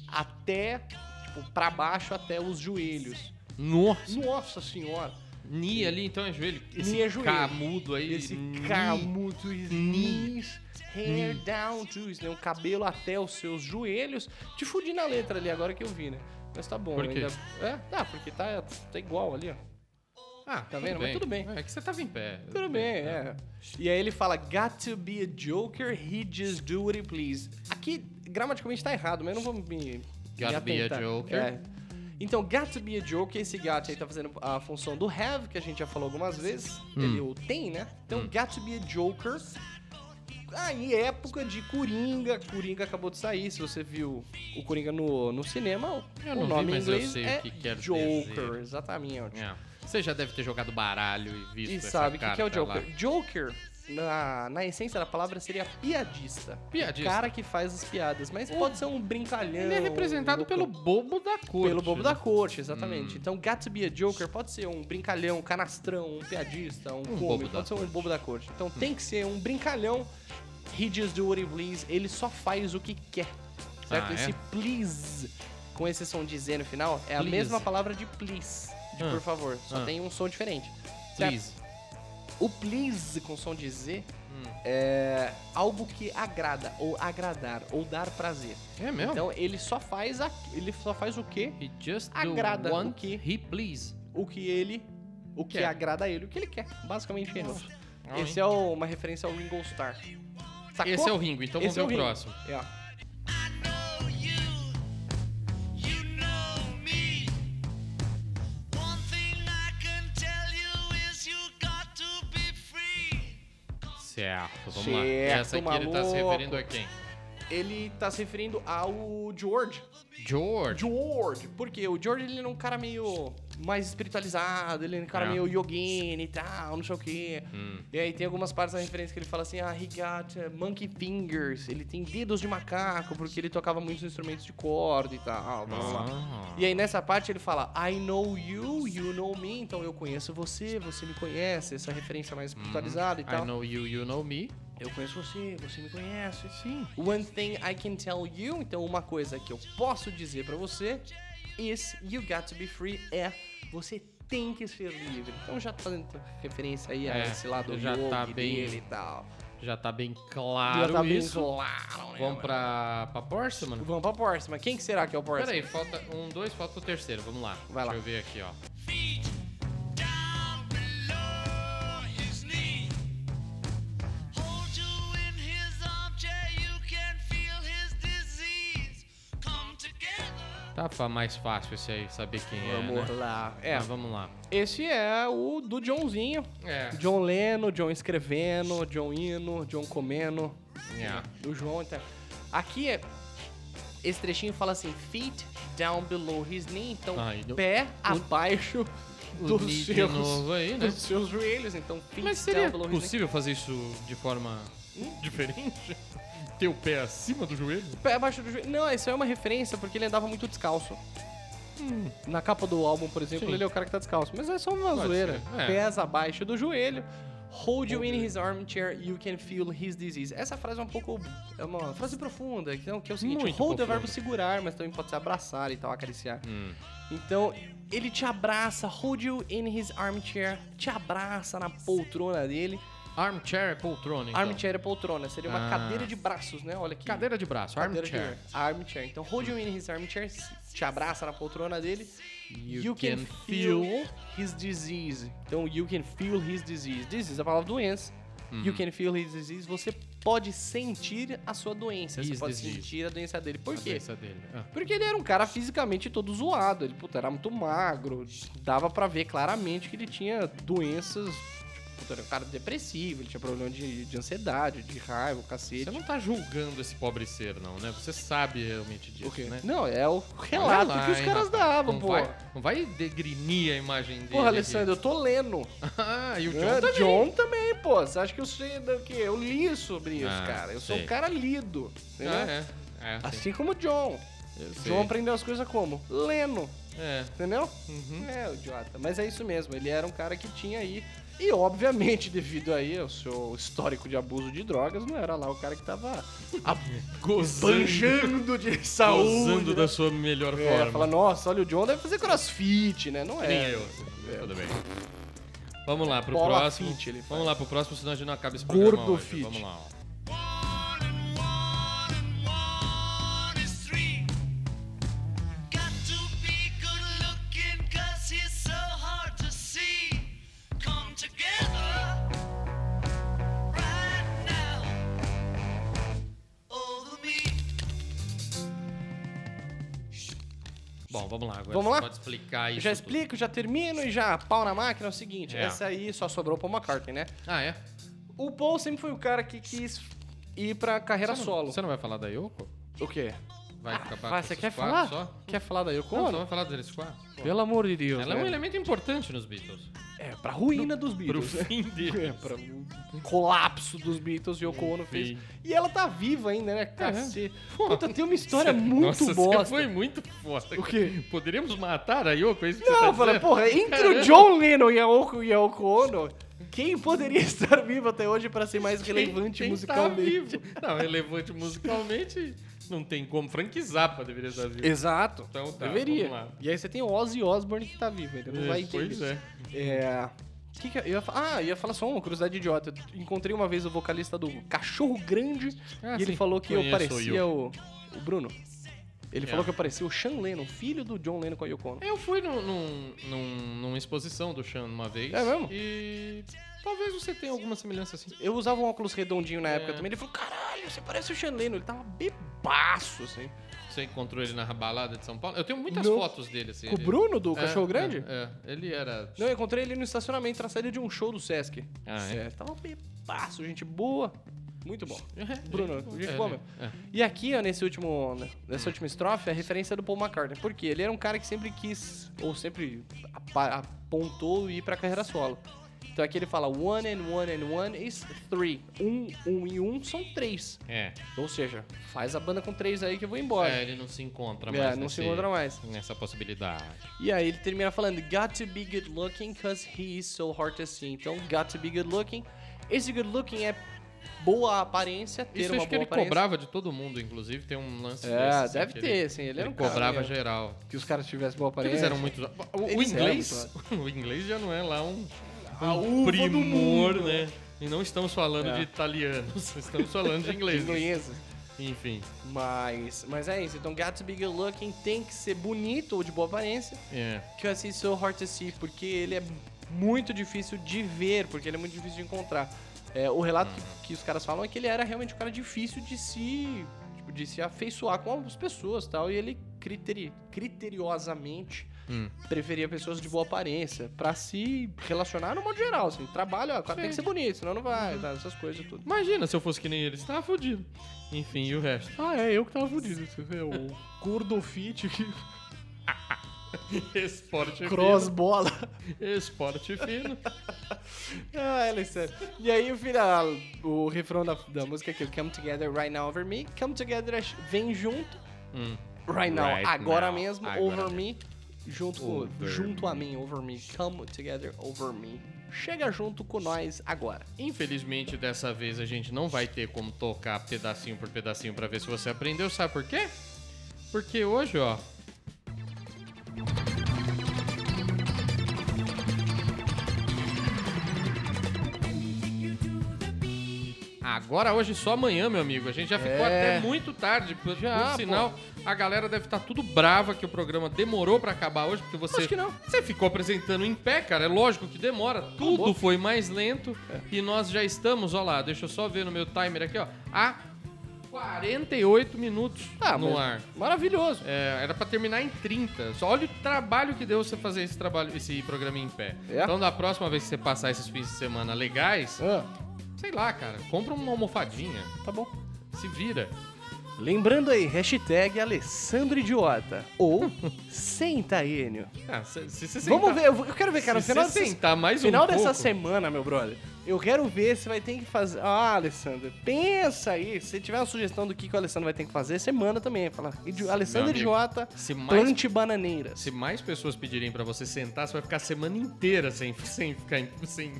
Speaker 5: até, tipo, pra baixo até os joelhos.
Speaker 4: Nossa.
Speaker 5: Nossa senhora!
Speaker 4: Knee ali, então é joelho. Esse
Speaker 5: Knee é joelho.
Speaker 4: camudo aí. hum,
Speaker 5: Esse
Speaker 4: knee.
Speaker 5: camo to his
Speaker 4: Knee.
Speaker 5: knees, hair down to his knees. O cabelo até os seus joelhos. Te fudi na letra ali agora que eu vi, né? Mas tá bom.
Speaker 4: Por quê?
Speaker 5: Ainda... É, ah, porque tá, tá igual ali, ó.
Speaker 4: Ah, tá
Speaker 5: vendo? Mas tudo bem.
Speaker 4: É que você tava em pé.
Speaker 5: Tudo bem, é. E aí ele fala, got to be a joker, he just do what he please. Aqui, gramaticalmente tá errado, mas eu não vou me.
Speaker 4: Gotta
Speaker 5: me
Speaker 4: be a
Speaker 5: atentar.
Speaker 4: joker.
Speaker 5: É. Então, got to be a joker, esse got aí tá fazendo a função do have, que a gente já falou algumas vezes.
Speaker 4: Hum.
Speaker 5: Ele o tem, né? Então, got to be a joker. Aí, época de Coringa. Coringa acabou de sair. Se você viu o Coringa no, no cinema,
Speaker 4: Eu
Speaker 5: o
Speaker 4: não vi,
Speaker 5: nome em
Speaker 4: mas eu
Speaker 5: inglês
Speaker 4: sei o
Speaker 5: é
Speaker 4: que quer
Speaker 5: Joker.
Speaker 4: dizer.
Speaker 5: Exatamente.
Speaker 4: É. Você já deve ter jogado baralho e visto
Speaker 5: E
Speaker 4: essa
Speaker 5: sabe o que,
Speaker 4: carta
Speaker 5: que é o Joker?
Speaker 4: lá.
Speaker 5: Joker, na, na essência da palavra, seria piadista.
Speaker 4: Piadista.
Speaker 5: O cara que faz as piadas, mas pode ser um brincalhão.
Speaker 4: Ele é representado
Speaker 5: um
Speaker 4: pelo Hum.
Speaker 5: loucão.
Speaker 4: bobo da corte.
Speaker 5: Pelo bobo da
Speaker 4: corte.
Speaker 5: corte, exatamente. Então, Got to be a Joker pode ser um brincalhão, um canastrão, um piadista, um,
Speaker 4: bobo
Speaker 5: cômico,
Speaker 4: da Hum.
Speaker 5: pode ser um bobo da corte. Então, tem que ser um brincalhão. He just do what he please. Ele só faz o que quer. Certo?
Speaker 4: Ah, é?
Speaker 5: Esse please, com esse som de Z no final, é a
Speaker 4: Please.
Speaker 5: mesma palavra de please, de
Speaker 4: Ah.
Speaker 5: por favor. Só
Speaker 4: Ah.
Speaker 5: tem um som diferente. Certo?
Speaker 4: Please.
Speaker 5: O please com som de Z
Speaker 4: Hum.
Speaker 5: é algo que agrada, ou agradar, ou dar prazer.
Speaker 4: É mesmo?
Speaker 5: Então ele só faz a, ele só faz o que
Speaker 4: he just do
Speaker 5: agrada o
Speaker 4: one
Speaker 5: que-
Speaker 4: he please.
Speaker 5: o que ele o que
Speaker 4: Quer.
Speaker 5: agrada a ele, o que ele quer. Basicamente é isso.
Speaker 4: Ah,
Speaker 5: Esse é o- uma referência ao Ringo Starr. Sacou?
Speaker 4: Esse é o Ringo, então vamos
Speaker 5: Esse
Speaker 4: ver
Speaker 5: é
Speaker 4: o
Speaker 5: Ringo.
Speaker 4: próximo.
Speaker 5: É, ó.
Speaker 4: Certo, vamos lá.
Speaker 5: Certo,
Speaker 4: Essa aqui ele tá se
Speaker 5: maluco.
Speaker 4: referindo a quem?
Speaker 5: Ele tá se referindo ao George.
Speaker 4: George.
Speaker 5: George, porque o George ele é um cara meio mais espiritualizado, ele é um cara
Speaker 4: É.
Speaker 5: meio yoguine e tal, não sei o quê.
Speaker 4: Hum.
Speaker 5: E aí tem algumas partes da referência que ele fala assim, ah, he got uh, monkey fingers, ele tem dedos de macaco, porque ele tocava muitos instrumentos de corda e tal, blá, blá, blá.
Speaker 4: Ah.
Speaker 5: E aí nessa parte ele fala, I know you, you know me, então eu conheço você, você me conhece, essa referência mais espiritualizada e
Speaker 4: Hum. I
Speaker 5: tal.
Speaker 4: know you, you know me.
Speaker 5: Eu conheço você, você me conhece. Sim. One thing I can tell you, então uma coisa que eu posso dizer pra você is you got to be free é você tem que ser livre. Então já tá fazendo referência aí a
Speaker 4: É,
Speaker 5: esse lado
Speaker 4: já
Speaker 5: yogi
Speaker 4: tá bem
Speaker 5: dele e tal.
Speaker 4: Já tá bem claro
Speaker 5: já tá bem
Speaker 4: isso.
Speaker 5: claro, né?
Speaker 4: Vamos
Speaker 5: mano?
Speaker 4: pra, pra Porsche, mano?
Speaker 5: Vamos pra próxima. Quem que será que é o próximo?
Speaker 4: Peraí, falta um, dois, falta o terceiro. Vamos lá.
Speaker 5: Vai lá.
Speaker 4: Deixa eu ver aqui, ó. Tá fa- mais fácil esse aí, saber quem é,
Speaker 5: Vamos
Speaker 4: né?
Speaker 5: lá. É,
Speaker 4: É, vamos lá.
Speaker 5: esse é o do Johnzinho.
Speaker 4: É.
Speaker 5: John Leno, John escrevendo, John indo, John comendo.
Speaker 4: Yeah.
Speaker 5: O João então. Aqui é. Esse trechinho fala assim: feet down below his knee. Então,
Speaker 4: Ah, e do-
Speaker 5: pé abaixo
Speaker 4: o
Speaker 5: dos,
Speaker 4: knee de
Speaker 5: seus,
Speaker 4: novo aí, né?
Speaker 5: dos seus joelhos. Então, feet
Speaker 4: Mas seria
Speaker 5: down below his knee.
Speaker 4: possível fazer isso de forma diferente? Ter o pé acima do joelho?
Speaker 5: Pé abaixo do joelho. Não, isso é uma referência porque ele andava muito descalço. Na capa do álbum, por exemplo,
Speaker 4: Hum. Sim.
Speaker 5: ele é o cara que tá descalço. Mas é só uma
Speaker 4: Pode
Speaker 5: zoeira.
Speaker 4: ser, é.
Speaker 5: Pés abaixo do joelho. Hold you in his armchair, you can feel his disease. Essa frase é um pouco. É uma frase profunda, que é que é o seguinte:
Speaker 4: Muito
Speaker 5: hold é
Speaker 4: profunda.
Speaker 5: verbo segurar, mas também pode ser abraçar e tal, acariciar.
Speaker 4: Hum.
Speaker 5: Então, ele te abraça, hold you in his armchair, te abraça na poltrona dele.
Speaker 4: Armchair é poltrona, então.
Speaker 5: Armchair é poltrona, seria uma
Speaker 4: Ah.
Speaker 5: cadeira de braços, né? Olha aqui.
Speaker 4: Cadeira de braço,
Speaker 5: Cadeira de-
Speaker 4: armchair.
Speaker 5: armchair. Então, hold you in his armchair, te abraça na poltrona dele.
Speaker 4: You can
Speaker 5: his disease. Então, you can feel his disease. Disease é a palavra doença. You can feel his disease. Você pode sentir a sua doença. você
Speaker 4: His
Speaker 5: pode
Speaker 4: disease.
Speaker 5: sentir a doença dele. Por
Speaker 4: A
Speaker 5: quê?
Speaker 4: cabeça dele. Ah.
Speaker 5: Porque ele era um cara fisicamente todo zoado. Ele, puta, era muito magro. Dava pra ver claramente que ele tinha doenças. Tipo, puta, era um cara depressivo, ele tinha problema de, de ansiedade, de raiva, o cacete.
Speaker 4: Você não tá julgando esse pobre ser, não, né? Você sabe realmente disso,
Speaker 5: O quê?
Speaker 4: né?
Speaker 5: Não, é o
Speaker 4: Olha
Speaker 5: relato
Speaker 4: lá,
Speaker 5: que os
Speaker 4: hein,
Speaker 5: caras
Speaker 4: rapaz.
Speaker 5: davam,
Speaker 4: não
Speaker 5: pô.
Speaker 4: Vai, não vai degrinir a imagem dele.
Speaker 5: Porra,
Speaker 4: aqui.
Speaker 5: Alessandro, eu tô lendo.
Speaker 4: ah, e o John
Speaker 5: É,
Speaker 4: também.
Speaker 5: John também, pô. Você acha que eu sei do quê? Eu li sobre isso,
Speaker 4: Ah,
Speaker 5: cara. Eu sou
Speaker 4: sei.
Speaker 5: um cara lido.
Speaker 4: Ah,
Speaker 5: Entendeu?
Speaker 4: é. É, sim.
Speaker 5: né? Assim como o John.
Speaker 4: Eu sei.
Speaker 5: John aprendeu as coisas como? Lendo.
Speaker 4: É.
Speaker 5: Entendeu? É, o idiota. Mas é isso mesmo, ele era um cara que tinha aí. E obviamente, devido aí ao seu histórico de abuso de drogas, não era lá o cara que tava banjando de saúde.
Speaker 4: Gozando
Speaker 5: né?
Speaker 4: da sua melhor
Speaker 5: é,
Speaker 4: forma.
Speaker 5: fala, nossa, olha, o John deve fazer crossfit, né? Não
Speaker 4: Nem
Speaker 5: é.
Speaker 4: eu. assim. Tudo bem. Vamos lá pro
Speaker 5: Bola
Speaker 4: próximo.
Speaker 5: fit ele faz.
Speaker 4: Vamos lá pro próximo, senão a gente não acaba esse
Speaker 5: Gordo
Speaker 4: programa hoje. né?
Speaker 5: fit.
Speaker 4: Vamos lá, ó. Bom, vamos lá. Agora
Speaker 5: Vamos
Speaker 4: você
Speaker 5: lá?
Speaker 4: pode explicar isso.
Speaker 5: Já
Speaker 4: tudo.
Speaker 5: explico, já termino e já pau na máquina. É o seguinte,
Speaker 4: É.
Speaker 5: essa aí só sobrou pro McCartney, né?
Speaker 4: Ah, é?
Speaker 5: O Paul sempre foi o cara que quis ir pra carreira
Speaker 4: Você não-
Speaker 5: solo.
Speaker 4: Você não vai falar da Yoko?
Speaker 5: O quê?
Speaker 4: Vai acabar
Speaker 5: Vai,
Speaker 4: com
Speaker 5: você
Speaker 4: esses
Speaker 5: quer falar?
Speaker 4: quatro Só?
Speaker 5: Quer falar da Yoko
Speaker 4: Não, só
Speaker 5: Ono?
Speaker 4: vai falar deles quatro.
Speaker 5: Pelo amor de Deus.
Speaker 4: Ela é um
Speaker 5: né?
Speaker 4: elemento importante nos Beatles.
Speaker 5: É, pra ruína dos
Speaker 4: Pro
Speaker 5: Beatles. né?
Speaker 4: fim
Speaker 5: É,
Speaker 4: deles.
Speaker 5: pra um colapso dos Beatles, Yoko Ono fez.
Speaker 4: Enfim.
Speaker 5: E ela tá viva ainda, né? Cacete. Puta, tem uma história
Speaker 4: Cê-
Speaker 5: muito
Speaker 4: Nossa,
Speaker 5: bosta.
Speaker 4: Você foi muito bosta.
Speaker 5: O quê?
Speaker 4: Poderíamos matar a Yoko? É isso que você
Speaker 5: Não,
Speaker 4: tá
Speaker 5: eu falei,
Speaker 4: dizendo?
Speaker 5: porra, entre
Speaker 4: Caramba.
Speaker 5: o John Lennon e a Yoko, e a Yoko Ono, quem poderia estar vivo até hoje pra ser mais relevante
Speaker 4: Quem
Speaker 5: musicalmente?
Speaker 4: Tá vivo? Não, relevante musicalmente não tem como. Frank Zappa deveria estar vivo.
Speaker 5: Exato.
Speaker 4: Então tá,
Speaker 5: Deveria.
Speaker 4: vamos lá.
Speaker 5: E aí você tem o Ozzy Osbourne que tá vivo, ainda não vai entender.
Speaker 4: pois é.
Speaker 5: É. Que que eu ia fa- ah, eu ia falar só uma curiosidade idiota. Eu encontrei uma vez o vocalista do Cachorro Grande
Speaker 4: Ah,
Speaker 5: e ele
Speaker 4: sim.
Speaker 5: falou que eu
Speaker 4: Conheço
Speaker 5: parecia o, o Bruno. Ele
Speaker 4: É.
Speaker 5: falou que eu parecia o Sean Lennon, filho do John Lennon com a Yoko Ono.
Speaker 4: Eu fui num, num- num- numa exposição do Chan uma vez.
Speaker 5: É mesmo?
Speaker 4: E talvez você tenha alguma semelhança assim.
Speaker 5: Eu usava um óculos redondinho na
Speaker 4: É.
Speaker 5: época também. Ele falou: caralho, você parece o Sean Lennon. Ele tava bebaço, assim.
Speaker 4: Você encontrou ele na balada de São Paulo? Eu tenho muitas
Speaker 5: Não.
Speaker 4: fotos dele. Assim,
Speaker 5: Com o
Speaker 4: ele-
Speaker 5: Bruno do
Speaker 4: É,
Speaker 5: Cachorro Grande?
Speaker 4: É, é. ele era...
Speaker 5: Não, eu encontrei ele no estacionamento na saída de um show do Sesc.
Speaker 4: Ah, é?
Speaker 5: é. Tava bebaço, gente boa. Muito bom. Bruno, gente
Speaker 4: É,
Speaker 5: boa,
Speaker 4: né?
Speaker 5: meu. E aqui, ó, nesse último, nessa última estrofe, a referência é do Paul McCartney. Por quê? Ele era um cara que sempre quis, ou sempre apa- apontou ir pra carreira solo. Então aqui ele fala, one and one and one is three. Um, um e um são três.
Speaker 4: É.
Speaker 5: Ou seja, faz a banda com três aí que eu vou
Speaker 4: É.
Speaker 5: embora.
Speaker 4: É, ele não se encontra mais. né?
Speaker 5: É, não se
Speaker 4: nesse-
Speaker 5: encontra mais.
Speaker 4: Nessa possibilidade.
Speaker 5: E aí ele termina falando, got to be good looking cause he is so hard to see. Então, got to be good looking. Esse good looking é boa aparência, ter
Speaker 4: Isso eu
Speaker 5: uma
Speaker 4: acho que
Speaker 5: boa
Speaker 4: ele
Speaker 5: aparência.
Speaker 4: cobrava de todo mundo, inclusive. Tem um lance
Speaker 5: É,
Speaker 4: desse, assim,
Speaker 5: deve
Speaker 4: que
Speaker 5: ter, assim, ele era um cara
Speaker 4: cobrava
Speaker 5: meio-
Speaker 4: geral.
Speaker 5: Que os caras tivessem boa
Speaker 4: Porque
Speaker 5: aparência.
Speaker 4: Eles eram muito... O, o
Speaker 5: Eles eram
Speaker 4: inglês... o inglês já não é lá um, um primor, né? E não estamos falando
Speaker 5: É.
Speaker 4: de italianos, estamos falando de inglês.
Speaker 5: Inglesa.
Speaker 4: Enfim,
Speaker 5: Mas, mas é isso. Então, got to be good looking tem que ser bonito ou de boa aparência.
Speaker 4: é.
Speaker 5: Que eu assisto so hard to see, porque ele é muito difícil de ver, porque ele é muito difícil de encontrar. É, o relato que, que os caras falam é que ele era realmente um cara difícil de se, tipo, de se afeiçoar com as pessoas e tal. E ele criteri, criteriosamente
Speaker 4: Hum.
Speaker 5: preferia pessoas de boa aparência pra se relacionar no modo geral. Assim, trabalho, ó, o cara tem que ser bonito, senão não vai, tá, essas coisas tudo.
Speaker 4: Imagina se eu fosse que nem eles, tava fudido. Enfim, e o resto?
Speaker 5: Ah, é, eu que tava fudido. Você vê, o gordofit que
Speaker 4: Esporte
Speaker 5: cross-bola.
Speaker 4: fino. Esporte fino.
Speaker 5: ah, ela é séria. E aí o final, o refrão da, da música é que Come Together Right Now Over Me. Come Together é vem junto.
Speaker 4: Hum.
Speaker 5: Right Now,
Speaker 4: Right
Speaker 5: agora
Speaker 4: now,
Speaker 5: mesmo.
Speaker 4: agora
Speaker 5: over
Speaker 4: mesmo.
Speaker 5: me. Junto,
Speaker 4: Over
Speaker 5: junto a mim, over me. Come Together Over me. Chega junto com nós agora.
Speaker 4: Infelizmente, dessa vez a gente não vai ter como tocar pedacinho por pedacinho pra ver se você aprendeu. Sabe por quê? Porque hoje, ó. Agora, hoje, só amanhã, meu amigo. A gente já ficou
Speaker 5: É.
Speaker 4: até muito tarde. Por,
Speaker 5: Já,
Speaker 4: por sinal, a galera deve estar tudo brava que o programa demorou pra acabar hoje, porque você.
Speaker 5: Acho que não. Tá
Speaker 4: Você ficou apresentando em pé, cara. É lógico que demora. Tudo
Speaker 5: Acabou.
Speaker 4: foi mais lento.
Speaker 5: É.
Speaker 4: E nós já estamos, ó lá, deixa eu só ver no meu timer aqui, ó. Há 48 minutos no
Speaker 5: Ah, mas-
Speaker 4: ar.
Speaker 5: Maravilhoso.
Speaker 4: É, era pra terminar em 30. Só olha o trabalho que deu você fazer esse trabalho, esse programa em pé.
Speaker 5: É.
Speaker 4: Então da próxima vez que você passar esses fins de semana legais,
Speaker 5: Ah,
Speaker 4: sei lá, cara, compra uma almofadinha,
Speaker 5: tá bom.
Speaker 4: se vira.
Speaker 5: Lembrando aí, hashtag Alessandro Idiota. Ou Senta Enio.
Speaker 4: Ah, se, se você
Speaker 5: Vamos
Speaker 4: sentar-
Speaker 5: ver, eu vou- eu quero ver, cara, no
Speaker 4: se
Speaker 5: final
Speaker 4: você
Speaker 5: dessa-
Speaker 4: sentar mais
Speaker 5: Final
Speaker 4: um pouco,
Speaker 5: dessa semana, meu brother, eu quero ver se vai ter que fazer. Ah, Alessandro, pensa aí. Se tiver uma sugestão do que, que o Alessandro vai ter que fazer, você manda também. Fala, "Idi- Alessandro
Speaker 4: amigo,
Speaker 5: Idiota,
Speaker 4: se mais-
Speaker 5: plante bananeiras.
Speaker 4: Se mais pessoas pedirem pra você sentar, você vai ficar a semana inteira sem, sem, ficar, em- sem,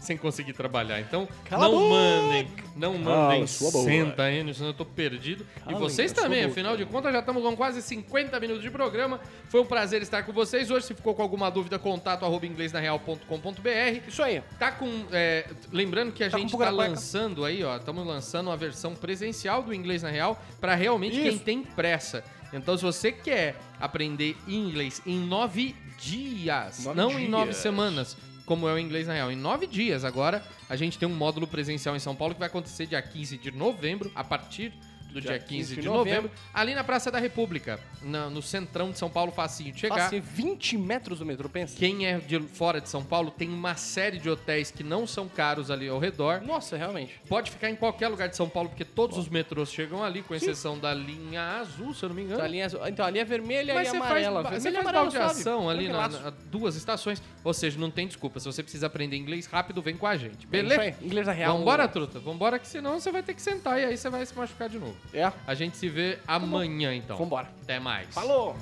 Speaker 4: sem conseguir trabalhar. Então,
Speaker 5: Cala a
Speaker 4: não
Speaker 5: boca!
Speaker 4: mandem, não
Speaker 5: Cala
Speaker 4: mandem.
Speaker 5: sua boca.
Speaker 4: Senta, Enio, senão eu tô perdido.
Speaker 5: Cala
Speaker 4: e vocês
Speaker 5: a sua
Speaker 4: também,
Speaker 5: boca.
Speaker 4: afinal de contas, já estamos com quase 50 minutos de programa. Foi um prazer estar com vocês. Hoje, se ficou com alguma dúvida, contato arroba inglesnareal.com.br.
Speaker 5: Isso aí.
Speaker 4: Tá com. é, lembrando que a
Speaker 5: Tá com
Speaker 4: gente
Speaker 5: pulga
Speaker 4: tá
Speaker 5: na cueca.
Speaker 4: lançando aí, ó. Estamos lançando a versão presencial do Inglês na Real pra realmente quem
Speaker 5: Isso.
Speaker 4: tem pressa. Então, se você quer aprender inglês em nove dias,
Speaker 5: Nove
Speaker 4: não em
Speaker 5: dias.
Speaker 4: nove semanas, como é o inglês na real, em nove dias agora, a gente tem um módulo presencial em São Paulo que vai acontecer dia 15 de novembro, a partir do dia 15 de novembro, ali na Praça da República, na- no centrão de São Paulo, facinho de chegar.
Speaker 5: Passei 20 metros do metrô, pensa.
Speaker 4: Quem é de fora de São Paulo tem uma série de hotéis que não são caros ali ao redor.
Speaker 5: Nossa, realmente.
Speaker 4: Pode ficar em qualquer lugar de São Paulo, porque todos os metrôs chegam ali, com exceção da linha azul, se eu não me engano.
Speaker 5: A linha, então, a linha vermelha
Speaker 4: Mas
Speaker 5: e
Speaker 4: você
Speaker 5: amarela.
Speaker 4: faz, você
Speaker 5: vermelha
Speaker 4: faz
Speaker 5: e amarela
Speaker 4: baldeação
Speaker 5: suave,
Speaker 4: ali na,
Speaker 5: tranquilaço.
Speaker 4: na- duas estações. Ou seja, não tem desculpa. Se você precisa aprender inglês rápido, vem com a gente.
Speaker 5: É isso aí,
Speaker 4: Beleza?
Speaker 5: Inglês na real.
Speaker 4: Vambora, truta. Vambora, que senão você vai ter que sentar e aí você vai se machucar de novo.
Speaker 5: É.
Speaker 4: A gente se vê amanhã, então.
Speaker 5: Vambora.
Speaker 4: Até mais.
Speaker 5: Falou!